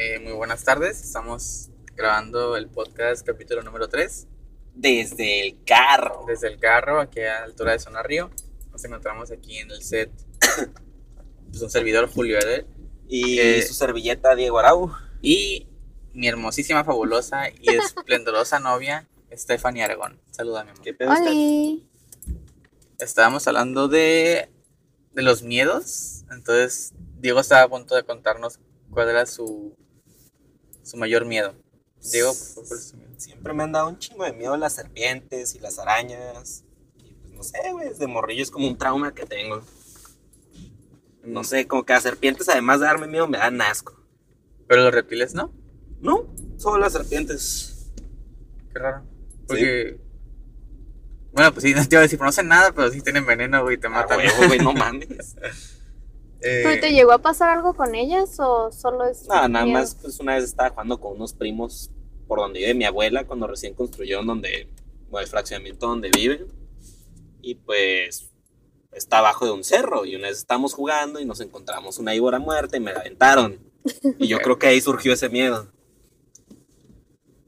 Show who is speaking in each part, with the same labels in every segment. Speaker 1: Eh, Muy buenas tardes, estamos grabando el podcast capítulo número 3
Speaker 2: Desde el carro.
Speaker 1: desde el carro aquí a la altura de Zona Río. Nos encontramos aquí en el set, pues un servidor Julio Edel
Speaker 2: Y
Speaker 1: Eh,
Speaker 2: su servilleta Diego Arau.
Speaker 1: y mi hermosísima, fabulosa y esplendorosa novia Stephanie Aragón. Saluda mi amor.
Speaker 2: ¿Qué pedo está?
Speaker 3: Oli.
Speaker 1: Estábamos hablando de, de los miedos, entonces Diego estaba a punto de contarnos cuál era su, su mayor miedo. Diego, por favor, ¿cuál es su miedo?
Speaker 2: Siempre me han dado un chingo de miedo las serpientes y las arañas. Y pues no sé, güey, de morrillo es como un trauma que tengo.
Speaker 1: Mm.
Speaker 2: No sé, como que las serpientes, además de darme miedo, me dan asco.
Speaker 1: Pero los reptiles no.
Speaker 2: No, solo las serpientes.
Speaker 1: Qué raro. Porque. Bueno, pues sí, no te iba a decir, pero no hacen nada, pero sí tienen veneno, güey, te
Speaker 2: Ah,
Speaker 1: matan.
Speaker 2: huevo, güey, no mames.
Speaker 1: Eh,
Speaker 3: ¿Pero te llegó a pasar algo con ellas o solo es.?
Speaker 2: No, nada
Speaker 3: miedo?
Speaker 2: más, pues una vez estaba jugando con unos primos por donde vive mi abuela, cuando recién construyeron donde, bueno, el fraccionamiento donde vive. Y pues está abajo de un cerro y una vez estábamos jugando y nos encontramos una víbora muerta y me la aventaron. Y yo creo que ahí surgió ese miedo.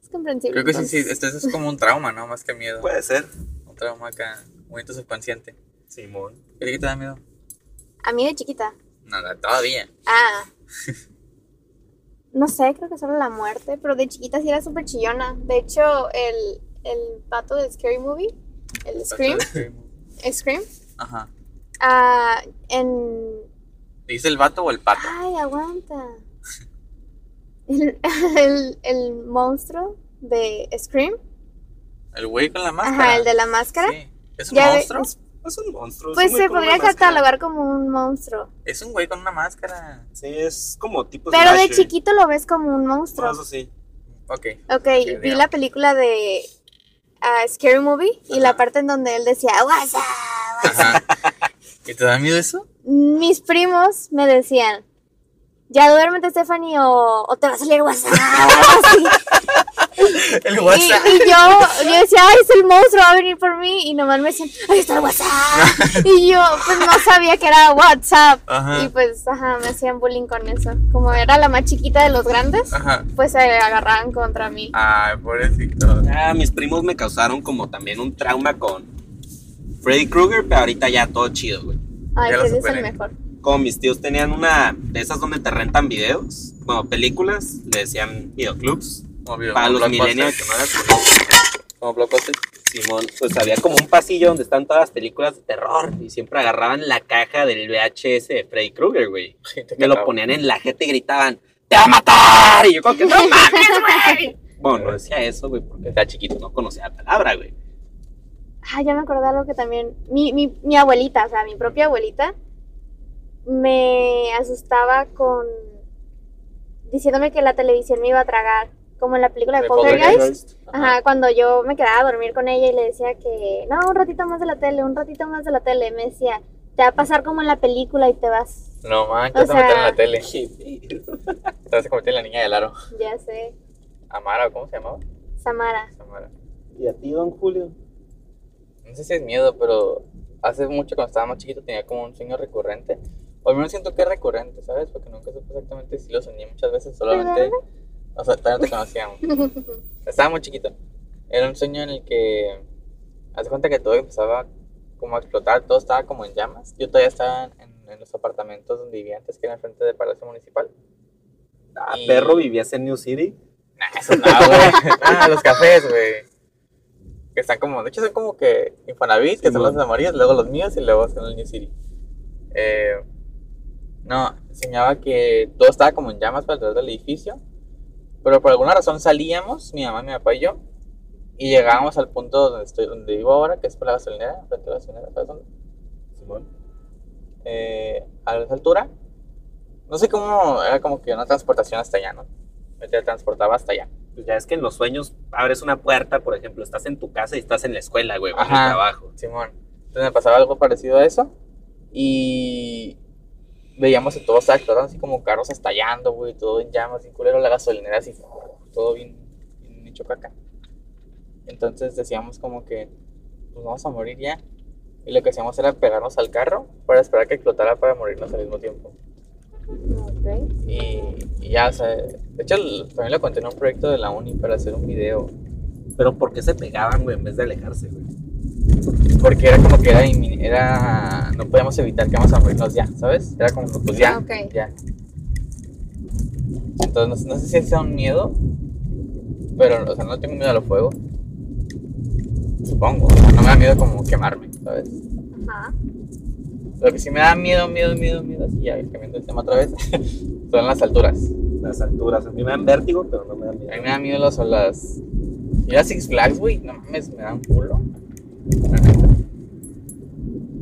Speaker 3: Es comprensible.
Speaker 1: creo que sí, sí,
Speaker 3: entonces.
Speaker 1: esto es como un trauma, ¿no? Más que miedo.
Speaker 2: Puede ser.
Speaker 1: Un trauma acá, movimiento subconsciente.
Speaker 2: Simón.
Speaker 1: ¿A ti qué te da miedo?
Speaker 3: A mí de chiquita.
Speaker 1: Nada, todavía.
Speaker 3: Ah. No sé, creo que solo la muerte, pero de chiquita sí era súper chillona. De hecho, el, el pato de Scary Movie, el Scream, Scream,
Speaker 1: Ajá.
Speaker 3: ah, en.
Speaker 1: ¿Dice el vato o el pato?
Speaker 3: Ay, aguanta. El, el, el monstruo de Scream,
Speaker 1: El güey con la máscara.
Speaker 3: ajá, el de la máscara.
Speaker 1: Sí. ¿Es un
Speaker 3: Ya ve-
Speaker 1: monstruo?
Speaker 3: es-
Speaker 2: Es un monstruo. es
Speaker 3: pues
Speaker 2: un güey
Speaker 3: se
Speaker 2: con una
Speaker 3: podría
Speaker 2: máscara.
Speaker 3: catalogar como un monstruo.
Speaker 1: Es un güey con una máscara.
Speaker 2: Sí, es como
Speaker 1: Pues
Speaker 2: tipo
Speaker 3: Pero de
Speaker 2: slasher.
Speaker 3: chiquito lo ves como un
Speaker 2: Por
Speaker 3: monstruo.
Speaker 2: eso sí.
Speaker 1: Ok.
Speaker 3: Ok,
Speaker 1: digo.
Speaker 3: vi la película de ah, Scary Movie y la
Speaker 1: Ajá.
Speaker 3: parte en donde él decía, "What's up, what's up?".
Speaker 1: Ajá. ¿Y te da miedo eso?
Speaker 3: Mis primos me decían, ya duérmete Stephanie o, o te va a salir WhatsApp.
Speaker 1: El
Speaker 3: Y, y yo, yo decía, ay, es el monstruo, va a venir por mí. Y nomás me decían, ahí está el WhatsApp. Y yo, pues no sabía que era WhatsApp.
Speaker 1: Ajá.
Speaker 3: Y pues, ajá, me hacían bullying con eso. Como era la más chiquita de los grandes,
Speaker 1: Ajá.
Speaker 3: pues se agarraban contra mí.
Speaker 1: Ay, pobrecito.
Speaker 2: Ah, mis primos me causaron como también un trauma con Freddy Krueger, pero ahorita ya todo chido, güey.
Speaker 3: Ay,
Speaker 1: ya lo
Speaker 3: Freddy es el
Speaker 1: superé.
Speaker 3: mejor.
Speaker 2: Como mis tíos tenían una de esas donde te rentan videos, bueno, películas, le decían videoclubs.
Speaker 1: Obvio,
Speaker 2: Para
Speaker 1: como
Speaker 2: los
Speaker 1: Blockbuster.
Speaker 2: millennials que no eran como-
Speaker 1: Como Blockbuster.
Speaker 2: Simón, pues había como un pasillo donde están todas las películas de terror y siempre agarraban la caja del VHS de Freddy Krueger, güey. Me lo ponían en la jeta y gritaban, ¡Te va a matar! Y yo como que, ¡No mames, güey! Bueno, no decía eso, güey, porque era chiquito, no conocía la palabra, güey.
Speaker 3: Ah, ya me acordé de algo que también. Mi, mi, mi abuelita, o sea, mi propia abuelita, me asustaba con. diciéndome que la televisión me iba a tragar. Como en la película de Poltergeist. Ajá, cuando yo me quedaba a dormir con ella y le decía que. No, un ratito más de la tele, un ratito más de la tele. Me decía, te va a pasar como en la película y te vas.
Speaker 1: No man,
Speaker 3: O
Speaker 1: te vas a meter en
Speaker 3: sea-
Speaker 1: la tele. Te vas a convertir en la niña del aro.
Speaker 3: Ya sé,
Speaker 1: Amara, ¿cómo se llamaba?
Speaker 3: Samara.
Speaker 1: Amara.
Speaker 2: ¿Y a ti, don Julio?
Speaker 1: No sé si es miedo, pero hace mucho cuando estaba más chiquito tenía como un sueño recurrente. O al menos siento que es recurrente, ¿sabes? Porque nunca supe exactamente si lo soñé muchas veces, solamente. O sea, todavía no te conocíamos. Estaba muy chiquito. Era un sueño en el que. Hace cuenta que todo empezaba como a explotar, todo estaba como en llamas. Yo todavía estaba en, en los apartamentos donde vivía antes, que era frente del Palacio Municipal.
Speaker 2: Ah,
Speaker 1: Y-
Speaker 2: perro, vivías en New City.
Speaker 1: Nah, eso no, güey. ah, los cafés, güey. Que están como, de hecho son como que Infonavit, que son
Speaker 2: Simón.
Speaker 1: los de María, luego los míos y luego son el New City. Eh, no, enseñaba que todo estaba como en llamas para alrededor del edificio, pero por alguna razón salíamos, mi mamá, mi papá y yo, y llegábamos al punto donde, estoy, donde vivo ahora, que es por la gasolinera, frente a la gasolinera, ¿sabes dónde?
Speaker 2: Simón.
Speaker 1: eh, a esa altura. No sé cómo, era como que una transportación hasta allá, ¿no? Me transportaba hasta allá.
Speaker 2: Pues ya es que en los sueños abres una puerta, por ejemplo, estás en tu casa y estás en la escuela, güey, o en el
Speaker 1: Ajá.
Speaker 2: trabajo.
Speaker 1: Simón. Entonces me pasaba algo parecido a eso. Y veíamos que todo estaba explotando, así como carros estallando, güey, todo en llamas, sin culero, la gasolinera así, todo bien, bien hecho caca. Entonces decíamos como que, pues vamos a morir ya. Y lo que hacíamos era pegarnos al carro para esperar que explotara para morirnos al mismo tiempo.
Speaker 3: Ok.
Speaker 1: Y, y ya, o sea, de hecho l- también lo conté en un proyecto de la uni para hacer un video.
Speaker 2: Pero ¿por qué se pegaban, güey, en vez de alejarse, güey?
Speaker 1: Porque era como que era, inmi- era no podíamos evitar que vamos a morirnos ya, ¿sabes? Era como, pues ya,
Speaker 3: Ah, Ok.
Speaker 1: ya. Entonces, no, no sé si sea un miedo, pero, o sea, no tengo miedo a los fuegos. Supongo, o sea, no me da miedo como quemarme, ¿sabes?
Speaker 3: Ajá.
Speaker 1: Lo que sí me da miedo, miedo, miedo, miedo, así ya cambiando el tema otra vez, son las alturas.
Speaker 2: Las alturas. A mí me dan vértigo, pero no me dan
Speaker 1: A mí
Speaker 2: miedo.
Speaker 1: me da miedo las olas. Y las Six Flags, güey, no mames, me dan culo. La neta.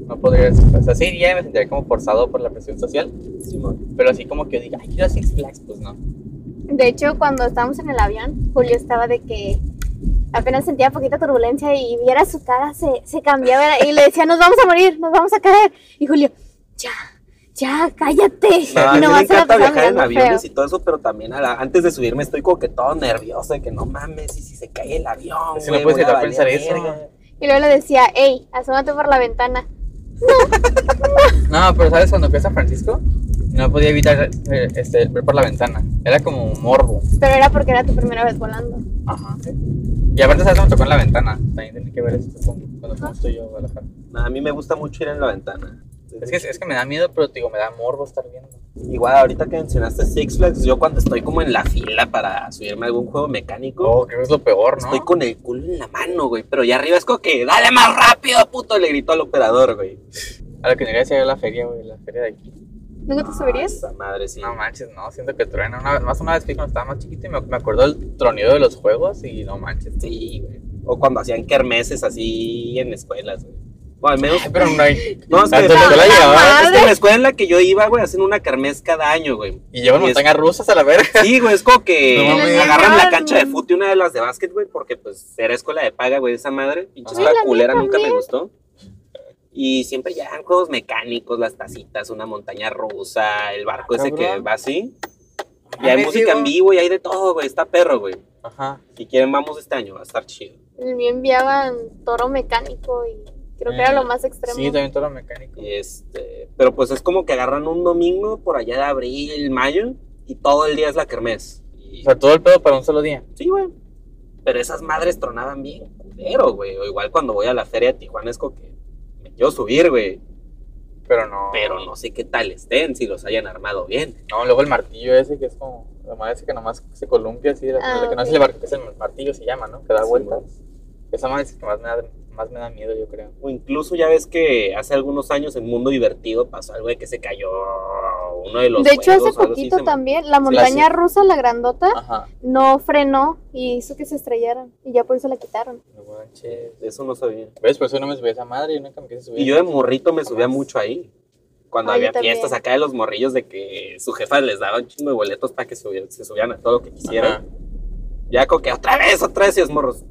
Speaker 1: No podría decir, o sea, sí iría y me sentiría como forzado por la presión social,
Speaker 2: Simón.
Speaker 1: pero así como que diga, ay, quiero a Six Flags, pues no.
Speaker 3: De hecho, cuando estábamos en el avión, Julio estaba de que apenas sentía poquita turbulencia y viera su cara, se, se cambiaba era- y le decía, nos vamos a morir, nos vamos a caer. Y Julio, ya, ya, cállate.
Speaker 2: No, a
Speaker 3: y
Speaker 2: mí me
Speaker 3: nomás se la
Speaker 2: encanta
Speaker 3: pasaba
Speaker 2: viajar en
Speaker 3: mirando
Speaker 2: aviones
Speaker 3: feo.
Speaker 2: y todo eso, pero también a la- antes de subirme estoy como que todo nervioso de que no mames, y si se cae el avión,
Speaker 1: Si no puedes
Speaker 2: güey, voy a
Speaker 1: evitar
Speaker 2: valer
Speaker 1: pensar eso.
Speaker 2: verga.
Speaker 3: Y luego le decía, hey, asómate por la ventana.
Speaker 1: No, pero ¿sabes? Cuando fui a San Francisco, no podía evitar eh, este, ver por la ventana. Era como un morbo.
Speaker 3: Pero era porque era tu primera vez volando.
Speaker 1: Ajá. Y aparte, ¿sabes? Me tocó en la ventana. También tiene que ver eso, supongo, cuando fuimos tú y yo a Guadalajara.
Speaker 2: No, a mí me gusta mucho ir en la ventana.
Speaker 1: Es que, es que me da miedo, pero te digo, me da morbo estar viendo.
Speaker 2: Igual ahorita que mencionaste Six Flags, yo cuando estoy como en la fila para subirme a algún juego mecánico,
Speaker 1: Oh, creo que es lo peor, ¿no?
Speaker 2: estoy con el culo en la mano, güey, pero ya arriba es como que dale más rápido, puto, le gritó al operador, güey.
Speaker 1: A lo que quería decir la feria, güey, la feria de aquí.
Speaker 3: ¿Nunca te
Speaker 2: Ah,
Speaker 3: subirías?
Speaker 2: Esa madre, sí.
Speaker 1: No manches, no, siento que truena. Una, más una vez fui cuando estaba más chiquito y me, me acuerdo el tronido de los juegos y no manches.
Speaker 2: Sí, güey. O cuando hacían kermeses así en escuelas, güey. Bueno, al menos.
Speaker 1: Ay, pero no hay.
Speaker 2: No, es que,
Speaker 1: Tanto
Speaker 3: Ah,
Speaker 1: que la llevaba.
Speaker 2: es que en la escuela en la que yo iba, güey, hacen una kermés cada año, güey.
Speaker 1: Y llevan
Speaker 2: Y es-
Speaker 1: montañas rusas a la verga.
Speaker 2: Sí, güey, es como que
Speaker 1: No mames.
Speaker 2: agarran la cancha de fútbol y una de las de básquet, güey, porque pues era escuela de paga, güey, esa madre.
Speaker 1: Ay,
Speaker 2: Pinche escuela
Speaker 3: la mía
Speaker 2: culera nunca me
Speaker 3: también.
Speaker 2: gustó. Y siempre ya eran juegos mecánicos, las tacitas, una montaña rusa, el barco ese que
Speaker 1: Ah, Cabrón.
Speaker 2: va así. Y
Speaker 1: Ah,
Speaker 2: hay
Speaker 1: me
Speaker 2: música
Speaker 1: digo.
Speaker 2: en vivo y hay de todo, güey, está perro, güey.
Speaker 1: Ajá.
Speaker 2: Si quieren, vamos este año, va a estar chido.
Speaker 3: Me enviaban toro mecánico y creo que era
Speaker 1: Eh,
Speaker 3: lo más extremo.
Speaker 1: Sí, también todo lo mecánico.
Speaker 2: Y, este, pero pues es como que agarran un domingo por allá de abril, mayo, y todo el día es la kermés. Y-
Speaker 1: O sea, todo el pedo para un solo día.
Speaker 2: Sí, güey. Pero esas madres tronaban bien culero, güey. O igual cuando voy a la feria de Tijuana es como que me quiero subir, güey.
Speaker 1: Pero no.
Speaker 2: Pero no sé qué tal estén, si los hayan armado bien.
Speaker 1: No, luego el martillo ese que es como. La madre esa que nomás se columpia así. La,
Speaker 3: Ah,
Speaker 1: la que no
Speaker 3: ok.
Speaker 1: es el barco, que es el martillo, se llama, ¿no? Que da
Speaker 2: Sí,
Speaker 1: vueltas. Esa madre es que más me, da, más me da miedo, yo creo.
Speaker 2: O incluso ya ves que hace algunos años en Mundo Divertido pasó algo de que se cayó uno de los
Speaker 3: de hecho, hace
Speaker 2: juegos o algo así,
Speaker 3: poquito
Speaker 2: se me-
Speaker 3: también, la montaña
Speaker 1: sí.
Speaker 3: rusa, la grandota,
Speaker 1: Ajá.
Speaker 3: no frenó y hizo que se estrellaran. Y ya por eso la quitaron.
Speaker 1: No manches.
Speaker 2: Eh, De eso no sabía.
Speaker 1: ¿Ves? Por eso no me subí a esa madre. Yo nunca me quise subir.
Speaker 2: Y yo de morrito me subía mucho ahí. Cuando
Speaker 3: Pues. Ah, yo
Speaker 2: había
Speaker 3: también.
Speaker 2: fiestas acá de los morrillos de que su jefa les daba un chingo de boletos para que subieran- se subían a todo lo que quisieran.
Speaker 1: Ajá.
Speaker 2: Ya como que otra vez, otra vez, y es morros.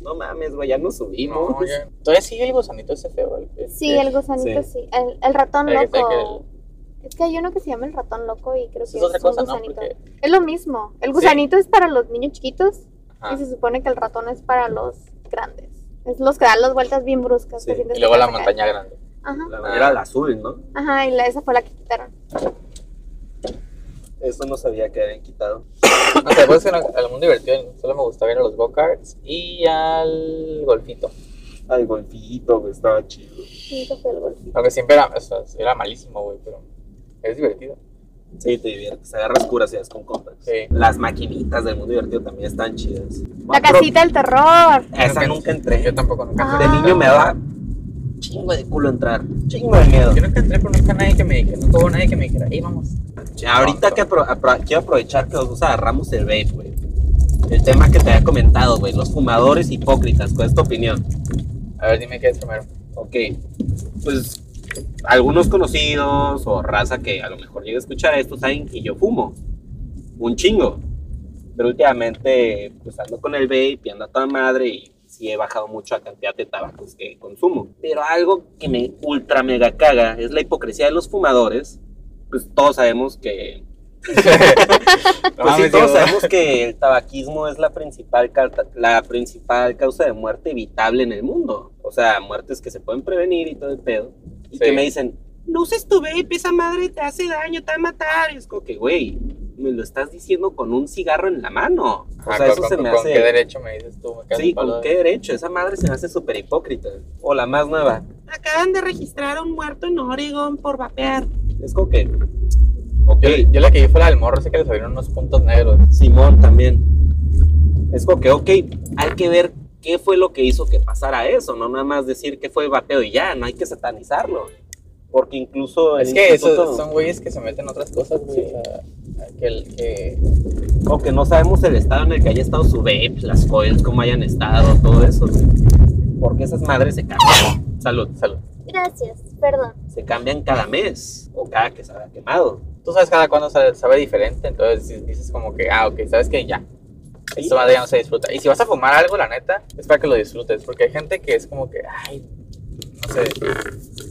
Speaker 2: No mames, güey, ya nos subimos.
Speaker 1: No, ya- pues, Todavía sigue el gusanito ese feo. El, el-
Speaker 3: Sí, el gusanito sí.
Speaker 2: sí.
Speaker 3: El, el ratón
Speaker 1: el- el-
Speaker 3: loco. Es que hay uno que se llama el ratón loco y creo
Speaker 1: Eso
Speaker 3: que
Speaker 1: es otra
Speaker 3: es un
Speaker 1: cosa, ¿no?
Speaker 3: gusanito.
Speaker 1: Porque,
Speaker 3: Es lo mismo. El
Speaker 1: Sí. Ah.
Speaker 3: gusanito es para los niños chiquitos
Speaker 1: ajá.
Speaker 3: y se supone que el ratón es para los grandes. Es los que dan las vueltas bien bruscas. que
Speaker 2: Sí,
Speaker 3: sientes
Speaker 1: Y
Speaker 3: que
Speaker 1: luego
Speaker 3: te
Speaker 1: la
Speaker 3: vas a
Speaker 1: montaña grande.
Speaker 3: caer. Ajá,
Speaker 2: La
Speaker 1: Ah.
Speaker 2: Era el azul, ¿no?
Speaker 3: ajá, y la, esa fue la que quitaron.
Speaker 2: Eso no sabía que habían quitado.
Speaker 1: No sé, pues en el mundo divertido solo me gustaba ir a los go-karts y al golfito.
Speaker 2: Ay, golfito, güey, estaba chido.
Speaker 3: Nunca fue el golpe.
Speaker 1: Aunque siempre era, o sea, era malísimo, güey, pero es divertido.
Speaker 2: Sí, te diviertes. Agarras curas y vas con compas.
Speaker 1: Sí.
Speaker 2: Las maquinitas del mundo divertido también están chidas.
Speaker 3: La casita del terror.
Speaker 2: A Esa nunca entré.
Speaker 1: Yo tampoco nunca
Speaker 3: Ah.
Speaker 2: De
Speaker 1: entré.
Speaker 2: niño me daba chingo de culo entrar. Chingo de
Speaker 3: Ah.
Speaker 2: miedo.
Speaker 1: Yo nunca entré, pero nunca nadie que me dijera, nunca hubo nadie que me dijera, ¡Ey, vamos!
Speaker 2: Ya, Ahorita que apro- apro- quiero aprovechar que los dos agarramos el vape, güey. El tema que te había comentado, güey. Los fumadores hipócritas. ¿Cuál es tu opinión?
Speaker 1: A ver, dime qué es primero.
Speaker 2: Ok, pues algunos conocidos o raza que a lo mejor llega a escuchar esto saben que yo fumo un chingo. Pero últimamente, pues ando con el vape y ando a toda madre y sí he bajado mucho la cantidad de tabacos que consumo. Pero algo que me ultra mega caga es la hipocresía de los fumadores. Pues todos sabemos que.
Speaker 1: No
Speaker 2: Pues sí,
Speaker 1: mames,
Speaker 2: todos
Speaker 1: digo,
Speaker 2: sabemos que el tabaquismo es la principal, carta- la principal causa de muerte evitable en el mundo. O sea, muertes que se pueden prevenir y todo el pedo. Y
Speaker 1: Sí.
Speaker 2: que me dicen, no uses tu vape, esa madre te hace daño, te va a matar. Y es como que, güey, me lo estás diciendo con un cigarro en la mano.
Speaker 1: Ajá,
Speaker 2: o sea,
Speaker 1: Ah, con-
Speaker 2: eso
Speaker 1: con-
Speaker 2: se me
Speaker 1: ¿Con
Speaker 2: hace.
Speaker 1: qué derecho me dices tú? Me caes
Speaker 2: Sí,
Speaker 1: a palo
Speaker 2: ¿con
Speaker 1: de-
Speaker 2: qué derecho? Esa madre se me hace súper hipócrita. O la más nueva. Acaban de registrar a un muerto en Oregon por vapear. Es como que. Ok,
Speaker 1: Yo, yo la que vi fue la del morro, sé que le salieron unos puntos negros.
Speaker 2: Simón también. Es como que, ok, hay que ver qué fue lo que hizo que pasara eso. No nada más decir que fue vapeo y ya, no hay que satanizarlo. Porque incluso. el
Speaker 1: Es que
Speaker 2: instituto-
Speaker 1: esos son güeyes que se meten a otras cosas, güey.
Speaker 2: Sí.
Speaker 1: o sea, que, el- que
Speaker 2: O que no sabemos el estado en el que haya estado su vape, las coils, cómo hayan estado, todo eso. güey. Porque esas madres se cambian. Salud, salud.
Speaker 3: Gracias, perdón.
Speaker 2: Se cambian cada mes o cada que se habrá quemado.
Speaker 1: tú sabes cada cuándo sabe, sabe diferente, entonces si- dices como que, ah, ok, sabes que ya,
Speaker 2: Sí.
Speaker 1: esto madre ya no se disfruta. Y si vas a fumar algo, la neta, es para que lo disfrutes, porque hay gente que es como que, ay, no sé,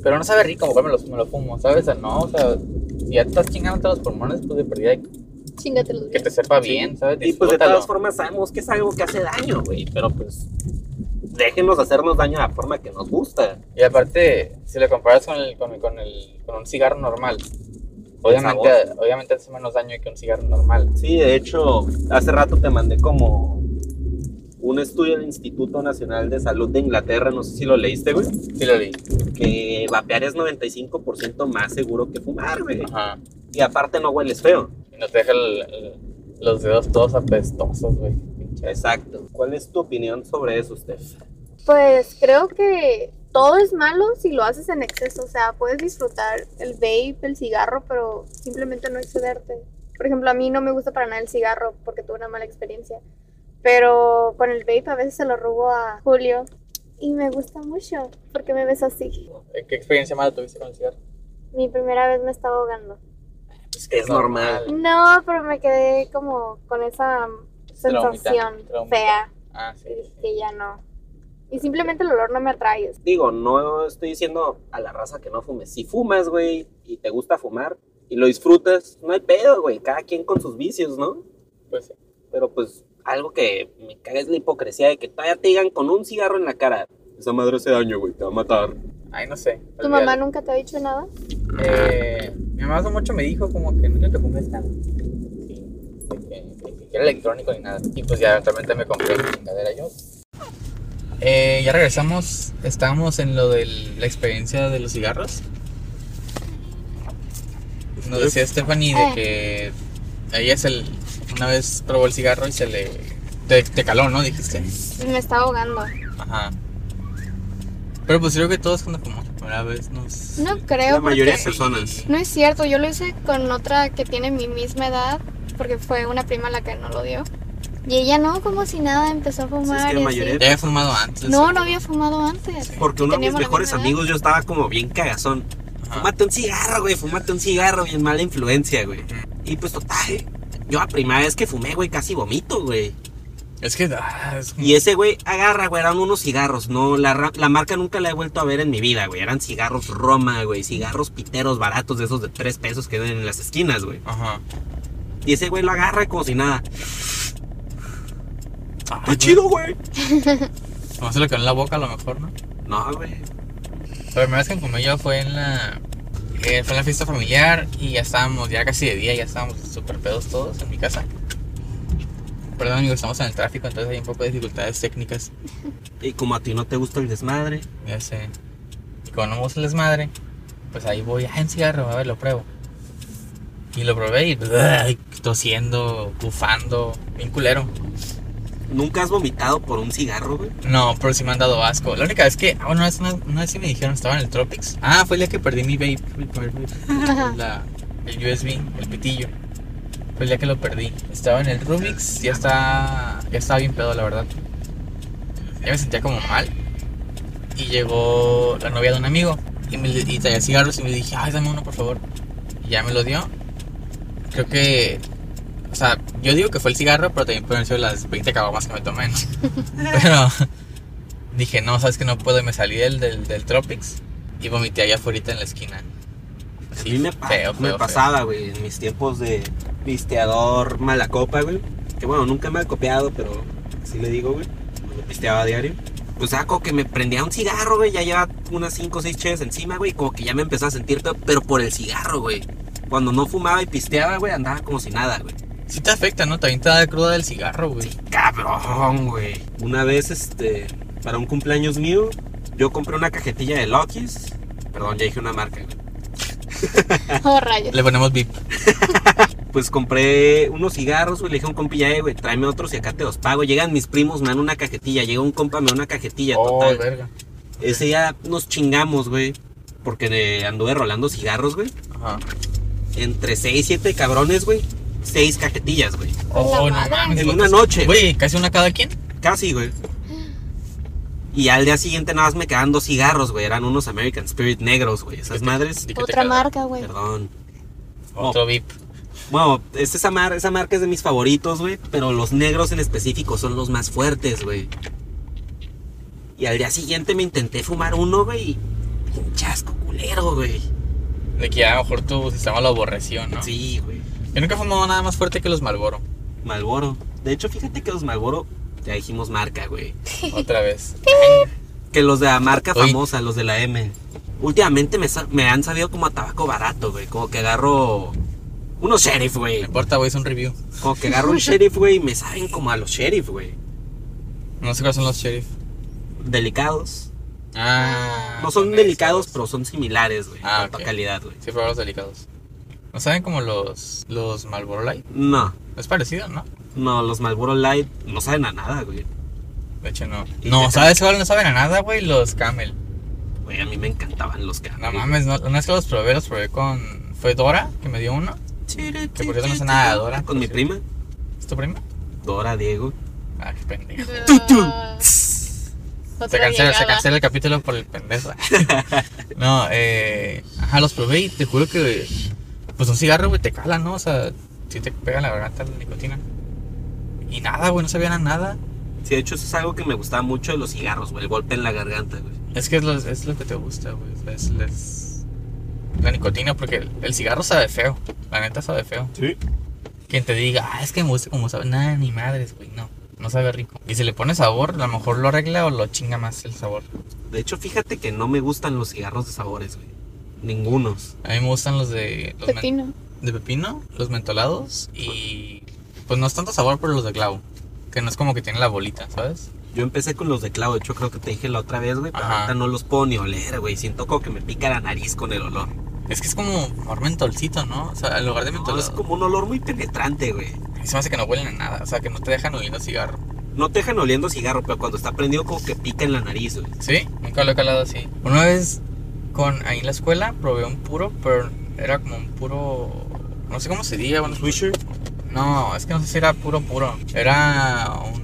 Speaker 1: pero no sabe rico, mejor me lo, me lo fumo, ¿sabes? O sea, No, o sea, si ya te estás chingándote los pulmones, pues de perdida
Speaker 3: Chingate los
Speaker 1: que te sepa
Speaker 2: Sí.
Speaker 1: bien, ¿sabes?
Speaker 2: Y pues de
Speaker 1: Disfrútalo.
Speaker 2: todas formas sabemos que es algo que hace daño, güey. Pero pues déjenos hacernos daño de la forma que nos gusta.
Speaker 1: Y aparte, si lo comparas con, el, con, con el, con un cigarro normal, obviamente, obviamente hace menos daño que un cigarro normal.
Speaker 2: Sí, de hecho, hace rato te mandé como un estudio del Instituto Nacional de Salud de Inglaterra, no sé si lo leíste, güey,
Speaker 1: Sí lo vi.
Speaker 2: que vapear es 95% más seguro que fumar, güey.
Speaker 1: Ajá.
Speaker 2: Y aparte no hueles feo.
Speaker 1: Y nos deja el- el- los dedos todos apestosos, güey. Pinche-
Speaker 2: Exacto. ¿Cuál es tu opinión sobre eso, Steph?
Speaker 3: Pues creo que todo es malo si lo haces en exceso. O sea, puedes disfrutar el vape, el cigarro, pero simplemente no excederte. Por ejemplo, a mí no me gusta para nada el cigarro porque tuve una mala experiencia. Pero con el vape a veces se lo rubo a Julio. Y me gusta mucho porque me ves así.
Speaker 1: ¿Qué experiencia mala tuviste con el cigarro?
Speaker 3: Mi primera vez me estaba ahogando.
Speaker 2: es normal.
Speaker 3: No, pero me quedé como con esa
Speaker 1: Traumita,
Speaker 3: sensación
Speaker 1: traumita.
Speaker 3: fea.
Speaker 1: Ah, sí.
Speaker 3: Y dije, ya no. Y simplemente el olor no me atrae.
Speaker 2: Digo, no estoy diciendo a la raza que no fumes. Si fumas, güey, y te gusta fumar y lo disfrutas, no hay pedo, güey. Cada quien con sus vicios, ¿no?
Speaker 1: Pues sí.
Speaker 2: Pero pues algo que me caga es la hipocresía de que todavía te digan con un cigarro en la cara. Esa madre hace daño, güey, te va a matar.
Speaker 1: Ay, no sé.
Speaker 3: ¿Tu mamá nunca te ha dicho nada?
Speaker 1: Eh, mi mamá hace mucho me dijo como que nunca te fumes nada. Sí. de Que, de que era electrónico ni nada. Y pues ya eventualmente me compré mi chingadera yo. Eh, ya regresamos. Estábamos en lo de la experiencia de los cigarros. Nos decía Stephanie de que a ella se le- una vez probó el cigarro y se le. Te, te caló, ¿no? Dijiste.
Speaker 3: Me está ahogando.
Speaker 1: Ajá. Pero pues creo que todos cuando fumamos por primera vez nos.
Speaker 3: No creo.
Speaker 2: la mayoría de
Speaker 3: porque-
Speaker 2: personas.
Speaker 3: No es cierto, yo lo hice con otra que tiene mi misma edad, porque fue una prima la que no lo dio. Y ella no, como si nada, empezó a fumar.
Speaker 2: la
Speaker 3: y así.
Speaker 2: mayoría
Speaker 1: Ya había fumado antes.
Speaker 3: No, no había fumado antes.
Speaker 2: Porque uno de mis
Speaker 3: Teníamos la
Speaker 2: mejores
Speaker 3: misma edad.
Speaker 2: amigos, yo estaba como bien cagazón.
Speaker 1: Ajá.
Speaker 2: Fumate un cigarro, güey, fumate un cigarro, bien mala influencia, güey. Y pues total, yo la primera vez que fumé, güey, casi vomito, güey.
Speaker 1: Es que ah, es como-
Speaker 2: Y ese güey agarra, güey, eran unos cigarros, no, la, ra- la marca nunca la he vuelto a ver en mi vida, güey. Eran cigarros Roma, güey, cigarros piteros baratos de esos de tres pesos que venden en las esquinas, güey.
Speaker 1: Ajá.
Speaker 2: Y ese güey lo agarra como si nada.
Speaker 1: Ah,
Speaker 2: ¡Qué chido, güey!
Speaker 1: No se le quedó en la boca a lo mejor, ¿no?
Speaker 2: No, güey.
Speaker 1: La primera vez que fumé yo fue en la. eh, fue en la fiesta familiar y ya estábamos, ya casi de día, ya estábamos súper pedos todos en mi casa. Perdón, amigos, estamos en el tráfico, entonces hay un poco de dificultades técnicas.
Speaker 2: Y como a ti no te gusta el desmadre,
Speaker 1: Ya sé. Y como no me gusta el desmadre, pues ahí voy, ah, en cigarro, a ver, lo pruebo. Y lo probé y pues, ¡ay! tosiendo, bufando, bien culero.
Speaker 2: ¿nunca has vomitado por un cigarro, güey?
Speaker 1: No, pero sí me han dado asco. La única vez que. Ah, bueno, una vez, una, una vez sí me dijeron, estaba en el Tropics. Ah, fue el día que perdí mi vape. mi primer vape, la- el USB, el pitillo. Fue el día que lo perdí. Estaba en el Rubik's, ya está. Ya estaba bien pedo, la verdad. Ya me sentía como mal. Y llegó la novia de un amigo. Y, me, y traía cigarros y me dije, ay, dame uno, por favor. Y ya me lo dio. Creo que. O sea, yo digo que fue el cigarro, pero también pueden ser las 20 caguamas que me tomé, ¿no? Pero dije, no, sabes que no puedo. Y me salí del, del, del Tropics y vomité allá afuera en la esquina.
Speaker 2: A mí me, pa-
Speaker 1: feo,
Speaker 2: me
Speaker 1: feo,
Speaker 2: pasaba, güey, en mis tiempos de pisteador mala copa, güey. Que bueno, nunca me ha copiado, pero así le digo, güey. Me pisteaba a diario. O sea, como que me prendía un cigarro, güey. Ya llevaba unas 5 o 6 cheves encima, güey. Como que ya me empezaba a sentir peor, pero por el cigarro, güey. Cuando no fumaba y pisteaba, güey, andaba como si nada, güey.
Speaker 1: Sí te afecta, ¿no? También te da cruda del cigarro, güey.
Speaker 2: Sí, cabrón, güey. Una vez, este, para un cumpleaños mío, yo compré una cajetilla de Lucky's. Perdón, ya dije una marca, güey.
Speaker 3: Oh, rayos.
Speaker 1: Le ponemos VIP.
Speaker 2: Pues compré unos cigarros, güey. Le dije a un compi, ya, eh, güey, tráeme otros y acá te los pago. Llegan mis primos, me dan una cajetilla. Llega un compa, me da una cajetilla.
Speaker 1: Oh,
Speaker 2: total.
Speaker 1: verga.
Speaker 2: Ese día nos chingamos, güey. Porque eh, anduve rolando cigarros, güey.
Speaker 1: Ajá.
Speaker 3: Pues
Speaker 2: Entre 6, 7 cabrones, güey. 6 cajetillas, güey.
Speaker 1: Oh,
Speaker 3: madre.
Speaker 1: no mames.
Speaker 2: En
Speaker 1: ¿cuántas-
Speaker 2: una noche.
Speaker 1: Güey, casi una cada quien.
Speaker 2: Casi, güey. Y al día siguiente nada más me quedaban dos cigarros, güey. Eran unos American Spirit negros, güey. Esas madres.
Speaker 1: Di que te
Speaker 3: Otra
Speaker 1: cagas.
Speaker 3: marca, güey.
Speaker 2: Perdón.
Speaker 1: Otro VIP.
Speaker 2: Bueno, es esa, mar- esa marca es de mis favoritos, güey. Pero los negros en específico son los más fuertes, güey. Y al día siguiente me intenté fumar uno, güey. Un chasco culero, güey.
Speaker 1: De que a lo mejor tu sistema lo aborreció, ¿no?
Speaker 2: Sí, güey.
Speaker 1: Yo nunca he fumado nada más fuerte que los Marlboro.
Speaker 2: Malboro. De hecho, fíjate que los Malboro, ya dijimos marca, güey.
Speaker 1: Otra vez.
Speaker 2: Que los de la marca
Speaker 1: Oye.
Speaker 2: famosa, los de la M. Últimamente me, sa- me han sabido como a tabaco barato, güey. Como que agarro unos sheriff,
Speaker 1: No
Speaker 2: güey.
Speaker 1: importa, güey, es un review.
Speaker 2: Como que agarro un sheriff, güey, y me saben como a los sheriff, güey.
Speaker 1: No sé cuáles son los sheriff.
Speaker 2: Delicados.
Speaker 1: Ah.
Speaker 2: No son
Speaker 1: esos.
Speaker 2: delicados, pero son similares, güey.
Speaker 1: Ah,
Speaker 2: en cuanto a
Speaker 1: ok.
Speaker 2: calidad, güey.
Speaker 1: Sí, pero los delicados. ¿No saben como los, los Marlboro Light?
Speaker 2: No,
Speaker 1: Es parecido, ¿no?
Speaker 2: no, los Marlboro Light no saben a nada, güey.
Speaker 1: De hecho, no.
Speaker 2: Y
Speaker 1: No,
Speaker 2: te-
Speaker 1: ¿sabes cuál no saben a nada, güey? Los Camel.
Speaker 2: Güey, a mí me encantaban los caras.
Speaker 1: No mames, no, no es que los probé, los probé con... Fue Dora que me dio uno.
Speaker 2: Que
Speaker 1: por cierto no sé nada de Dora,
Speaker 2: Con mi
Speaker 1: por
Speaker 2: prima,
Speaker 1: ¿Es tu prima?
Speaker 2: Dora Diego.
Speaker 1: Ah, qué pendejo.
Speaker 3: Ah,
Speaker 1: Se
Speaker 3: otra
Speaker 1: cancela, se
Speaker 3: llegada.
Speaker 1: cancela el capítulo por el pendejo. no, eh... Ajá, los probé y te juro que... Pues un cigarro, güey, te cala, ¿no? O sea, sí te pega en la garganta la nicotina. Y nada, güey, no sabían a nada.
Speaker 2: Sí, de hecho, eso es algo que me gustaba mucho de los cigarros, güey. El golpe en la garganta, güey.
Speaker 1: Es que es lo, es lo que te gusta, güey. o sea, Es, es la nicotina, porque el, el cigarro sabe feo. La neta sabe feo.
Speaker 2: Sí.
Speaker 1: Quien te diga, ah, es que me gusta como sabe. Nada, ni madres, güey. No, no sabe rico. Y si le pone sabor, a lo mejor lo arregla o lo chinga más el sabor.
Speaker 2: De hecho, fíjate que no me gustan los cigarros de sabores, güey. Ningunos.
Speaker 1: A mí me gustan los de. Los men-
Speaker 3: Pepino.
Speaker 1: de pepino, los mentolados y. Pues no es tanto sabor, pero los de clavo. Que no es como que tiene la bolita, ¿sabes?
Speaker 2: Yo empecé con los de clavo, de hecho creo que te dije la otra vez, güey, pero
Speaker 1: Ajá.
Speaker 2: ahorita no los puedo ni oler, güey. Siento como que me pica la nariz con el olor.
Speaker 1: Es que es como mejor mentolcito, ¿no? O sea, en lugar de
Speaker 2: No,
Speaker 1: mentolado.
Speaker 2: es como un olor muy penetrante, güey.
Speaker 1: y se me hace que no huelen a nada. O sea, que no te dejan oliendo cigarro.
Speaker 2: No te dejan oliendo cigarro, pero cuando está prendido como que pica en la nariz, güey.
Speaker 1: Sí, nunca lo he calado así. Una vez con ahí en la escuela probé un puro, pero era como un puro. No sé cómo se diga, bueno,
Speaker 2: Swisher.
Speaker 1: no, es que no sé si era puro puro. Era un.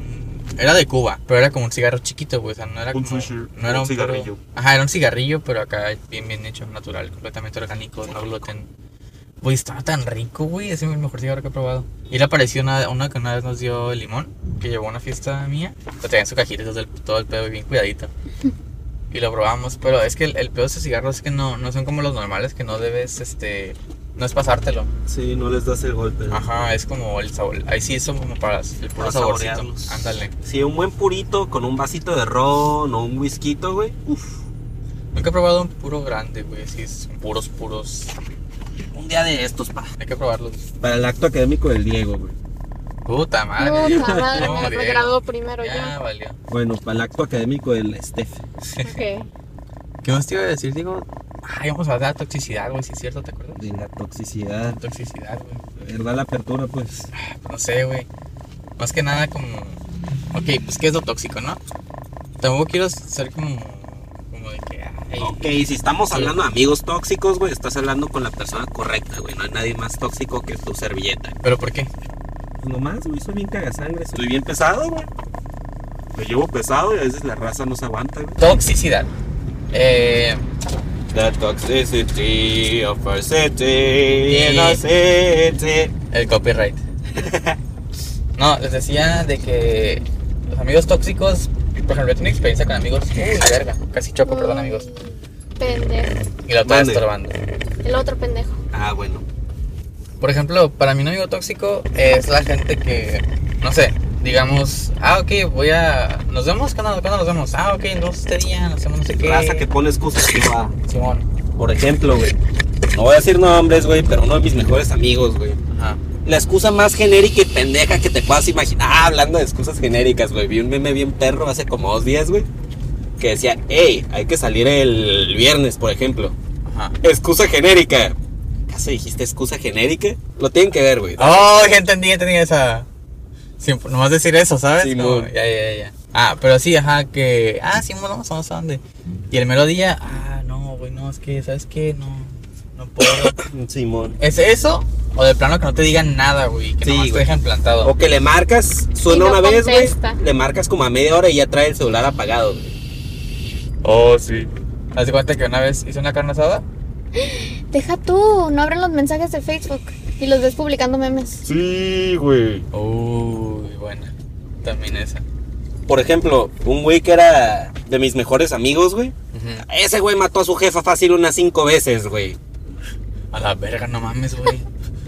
Speaker 1: Era de Cuba, pero era como un cigarro chiquito, güey. O sea, no era
Speaker 2: Un
Speaker 1: como.
Speaker 2: swisher,
Speaker 1: no era un puro-
Speaker 2: un cigarrillo.
Speaker 1: Ajá, era un cigarrillo, pero acá bien, bien hecho, natural, completamente orgánico, no gluten. Güey, estaba tan rico, güey. Ese es el mejor cigarro que he probado. Y le apareció una, una que una vez nos dio el limón, que llevó a una fiesta mía. Lo tenía en su cajita, todo el, todo el pedo bien cuidadito. Y lo probamos, pero es que el, el pedo de esos cigarros es que no, no son como los normales, que no debes, este, no es pasártelo.
Speaker 2: Sí, no les das el golpe. ¿no?
Speaker 1: Ajá, es como el sabor. Ahí sí, son como para el puro
Speaker 2: Para
Speaker 1: saborcito.
Speaker 2: saborearlos.
Speaker 1: Ándale.
Speaker 2: Sí, un buen purito con un vasito de ron o un whisky, güey.
Speaker 1: Nunca he probado un puro grande, güey. Sí, son puros, puros.
Speaker 2: Un día de estos, pa.
Speaker 1: Hay que probarlos.
Speaker 2: Para el acto académico del Diego, güey.
Speaker 1: Puta madre.
Speaker 3: Puta madre,
Speaker 1: No,
Speaker 3: me
Speaker 1: Diego.
Speaker 3: lo grabó primero
Speaker 1: Ya
Speaker 3: yo.
Speaker 1: valió.
Speaker 2: Bueno, para el acto académico del Steph.
Speaker 3: Ok.
Speaker 1: ¿Qué más te iba a decir? Digo, ay, vamos a hablar de toxicidad, güey. Si es cierto, ¿te acuerdas?
Speaker 2: De la toxicidad.
Speaker 1: Toxicidad, güey.
Speaker 2: ¿Verdad la apertura, pues?
Speaker 1: No sé, güey. Más que nada como... Ok, pues qué es lo tóxico, ¿no? Tampoco quiero ser como... Como de que... Ay,
Speaker 2: Ok, si estamos hablando de amigos tóxicos, güey, estás hablando con la persona correcta, güey. No hay nadie más tóxico que tu servilleta.
Speaker 1: ¿Pero por qué?
Speaker 2: Pues nomás, güey, soy bien cagasangre. Estoy bien pesado, güey. Me llevo pesado y a veces la raza no se aguanta, güey.
Speaker 1: Toxicidad. Eh...
Speaker 2: The toxicity of our city,
Speaker 1: in our
Speaker 2: city.
Speaker 1: El copyright. No, les decía de que los amigos tóxicos... Por ejemplo, yo tengo experiencia con amigos... ¡Uy, la verga! Casi choco, perdón, amigos.
Speaker 3: Mm, Pendejo.
Speaker 1: Y la otra
Speaker 2: Mande.
Speaker 1: estorbando.
Speaker 3: El otro pendejo.
Speaker 2: Ah, bueno.
Speaker 1: Por ejemplo, para mí un amigo tóxico es la gente que, no sé, digamos, ah, ok, voy a. Nos vemos, ¿cuándo, cuándo nos vemos? Ah, ok, no este día, nos hacemos no sé qué.
Speaker 2: Raza que pone excusas que va.
Speaker 1: Simón.
Speaker 2: Por ejemplo, güey. No voy a decir nombres, güey, pero uno de mis mejores amigos, güey.
Speaker 1: Ajá.
Speaker 2: La excusa más genérica y pendeja que te puedas imaginar. Ah, hablando de excusas genéricas, güey. Vi un meme bien perro hace como dos días, güey. Que decía, hey, hay que salir el viernes, por ejemplo.
Speaker 1: Ajá.
Speaker 2: Excusa genérica. ¿Acaso dijiste excusa genérica? Lo tienen que ver, güey.
Speaker 1: Oh, ya entendí, ya entendí esa. Sin, nomás decir eso, ¿sabes?
Speaker 2: Simón.
Speaker 1: Como, ya, ya, ya. Ah, pero sí, ajá, que. Ah, sí, bueno, vamos, vamos a dónde. Y el melodía, ah, no, güey, no, es que, ¿sabes qué? No, no puedo.
Speaker 2: Simón.
Speaker 1: ¿Es eso? O de plano que no te digan nada, güey, que
Speaker 2: Sí,
Speaker 1: nomás te
Speaker 2: güey.
Speaker 1: dejan plantado.
Speaker 2: O que le marcas, suena
Speaker 3: no
Speaker 2: una vez, güey.
Speaker 3: contesta.
Speaker 2: Le marcas como a media hora y ya trae el celular apagado, güey.
Speaker 1: Oh, sí. ¿Te das cuenta que una vez hice una carne asada?
Speaker 3: Deja tú, no abren los mensajes de Facebook y los ves publicando memes.
Speaker 2: Sí, güey.
Speaker 1: Uy, buena. También esa.
Speaker 2: Por ejemplo, un güey que era de mis mejores amigos, güey.
Speaker 1: Ujú.
Speaker 2: Ese güey mató a su jefa fácil unas cinco veces, güey.
Speaker 1: A la verga, no mames, güey.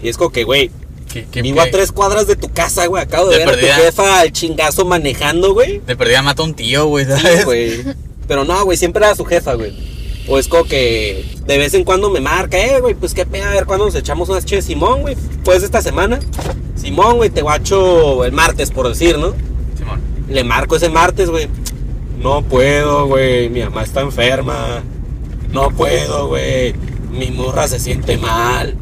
Speaker 2: Y es como que, güey,
Speaker 1: ¿Qué, qué,
Speaker 2: vivo a
Speaker 1: qué?
Speaker 2: tres cuadras de tu casa, güey. Acabo
Speaker 1: De
Speaker 2: de, ver a
Speaker 1: perdida.
Speaker 2: tu jefa al chingazo manejando, güey.
Speaker 1: De perdida mata a un tío, güey,
Speaker 2: Sí,
Speaker 1: ¿sabes?
Speaker 2: güey. Pero no, güey, siempre era su jefa, güey. O es como que de vez en cuando me marca, eh, güey, pues qué pedo, a ver cuándo nos echamos unas chidas. Simón, güey, pues esta semana. Simón, güey, te guacho el martes, por decir, ¿no?
Speaker 1: Simón.
Speaker 2: Le marco ese martes, güey. No puedo, güey. Mi mamá está enferma. No puedo, güey. Mi morra se siente mal.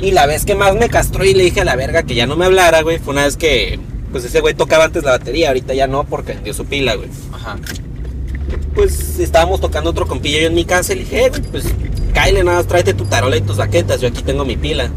Speaker 2: Y la vez que más me castró y le dije a la verga que ya no me hablara, güey, fue una vez que, pues ese güey tocaba antes la batería, ahorita ya no porque dio su pila, güey.
Speaker 1: Ajá.
Speaker 2: Pues estábamos tocando otro compillo yo en mi casa y le dije, "Eh, güey, pues cáele nada, más, tráete tu tarola y tus baquetas, yo aquí tengo mi pila.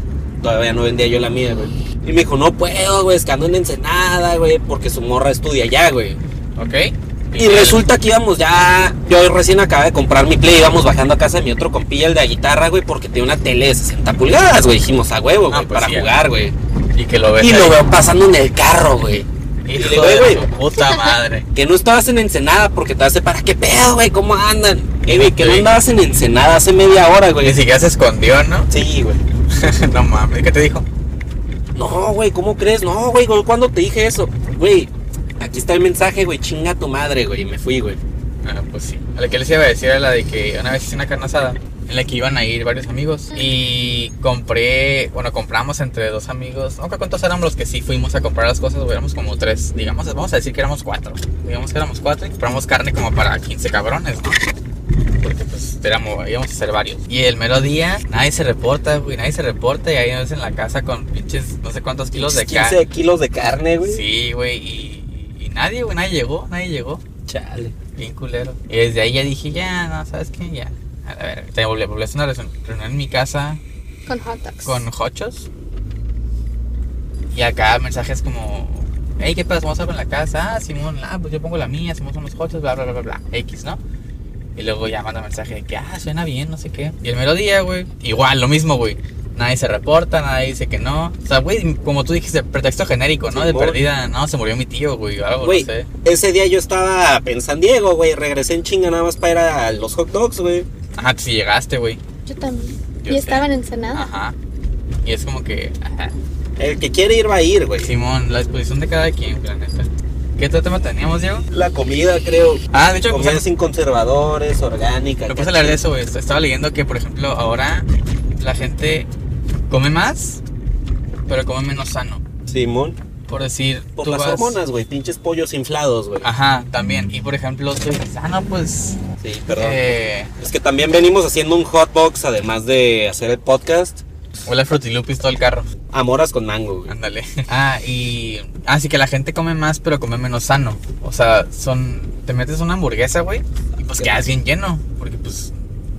Speaker 2: Todavía no vendía yo la mía, güey. Y me dijo, no puedo, güey, es que ando en Ensenada, güey, porque su morra estudia allá, güey.
Speaker 1: ¿Ok?
Speaker 2: Y resulta que íbamos ya. Yo recién acabé de comprar mi play. Íbamos bajando a casa de mi otro compilla, el de la guitarra, güey, porque tiene una tele de 60 pulgadas, güey. Dijimos a huevo,
Speaker 1: Ah,
Speaker 2: güey,
Speaker 1: pues
Speaker 2: para
Speaker 1: sí, ya.
Speaker 2: jugar, güey.
Speaker 1: Y que lo ves.
Speaker 2: Y
Speaker 1: ahí.
Speaker 2: lo veo pasando en el carro, güey.
Speaker 1: Hijo
Speaker 2: Y le digo,
Speaker 1: de
Speaker 2: "Güey,
Speaker 1: su puta madre.
Speaker 2: Que no estabas en Ensenada porque te hace para qué pedo, güey, cómo andan. Eh, güey, que no
Speaker 1: Sí.
Speaker 2: andabas en Ensenada hace media hora,
Speaker 1: Ni
Speaker 2: güey.
Speaker 1: siquiera se escondió, ¿no?
Speaker 2: Sí, güey.
Speaker 1: no mames, ¿qué te dijo?
Speaker 2: No, güey, ¿cómo crees? No, güey, ¿cuándo te dije eso? Güey, aquí está el mensaje, güey, chinga tu madre, güey. Y me fui, güey.
Speaker 1: Ah, pues sí. A la que les iba a decir era la de que una vez hice una carne asada en la que iban a ir varios amigos y compré, bueno, compramos entre dos amigos. No, creo ¿cuántos éramos los que sí fuimos a comprar las cosas? güey, Éramos como tres, digamos, vamos a decir que éramos cuatro. Digamos que éramos cuatro y compramos carne como para 15 cabrones, ¿no? Porque pues éramos, íbamos a hacer varios. Y el mero día, nadie se reporta, güey, nadie se reporta y ahí nos en la casa con pinches no sé cuántos kilos de carne.
Speaker 2: 15 kilos de carne, güey.
Speaker 1: Sí, güey, y, y- y nadie, güey, nadie llegó, nadie llegó.
Speaker 2: Chale.
Speaker 1: Bien culero. Y desde ahí ya dije, ya, no, ¿sabes qué? Ya. A la verga. Te volví, volví a hacer una reunión reunión en mi casa
Speaker 3: Con hot dogs.
Speaker 1: con Jochos. Y acá mensajes como, hey, ¿qué pasa? ¿Vamos a en la casa? Ah, Simón, ah, pues yo pongo la mía, Simón son los Jochos, bla, bla, bla, bla, bla. X, ¿no? Y luego ya manda mensaje de que, ah, suena bien, no sé qué. Y el mero día, güey, igual, lo mismo, güey. Nadie se reporta, nadie dice que no. O sea, güey, como tú dijiste, pretexto genérico, ¿no? De
Speaker 2: Simón.
Speaker 1: perdida, no, se murió mi tío, güey, o algo,
Speaker 2: Güey,
Speaker 1: no sé.
Speaker 2: ese día yo estaba en San Diego, güey. Regresé en chinga nada más para ir a los hot dogs, güey.
Speaker 1: Ajá, si llegaste, güey.
Speaker 3: Yo también.
Speaker 1: Yo
Speaker 3: y
Speaker 1: sé. Ah.
Speaker 3: estaban en Ensenada.
Speaker 1: Ajá. Y es como que, ajá. Pues
Speaker 2: El que quiere ir va a ir, güey.
Speaker 1: Simón, la disposición de cada quien, la neta. ¿Qué otro tema teníamos, Diego?
Speaker 2: La comida, creo.
Speaker 1: Ah, de hecho, me
Speaker 2: Comida
Speaker 1: puse,
Speaker 2: sin conservadores,
Speaker 1: me
Speaker 2: orgánica. acá.
Speaker 1: puse a hablar de eso, güey. Estaba leyendo que, por ejemplo, ahora la gente come más, pero come menos sano.
Speaker 2: Simón.
Speaker 1: Por decir, tú
Speaker 2: Papas
Speaker 1: vas... Ah,
Speaker 2: hormonas, güey. Pinches pollos inflados, güey.
Speaker 1: Ajá, también. Y, por ejemplo, tú dices, ah, no, pues...
Speaker 2: Sí, perdón.
Speaker 1: Eh,
Speaker 2: Es que también venimos haciendo un hot box, además de hacer el podcast.
Speaker 1: huele a frutilupis todo el carro.
Speaker 2: Amoras con mango, güey.
Speaker 1: Ándale. Ah, y. Así que la gente come más, pero come menos sano. O sea, son. Te metes una hamburguesa, güey, y pues quedas bien lleno. Porque, pues.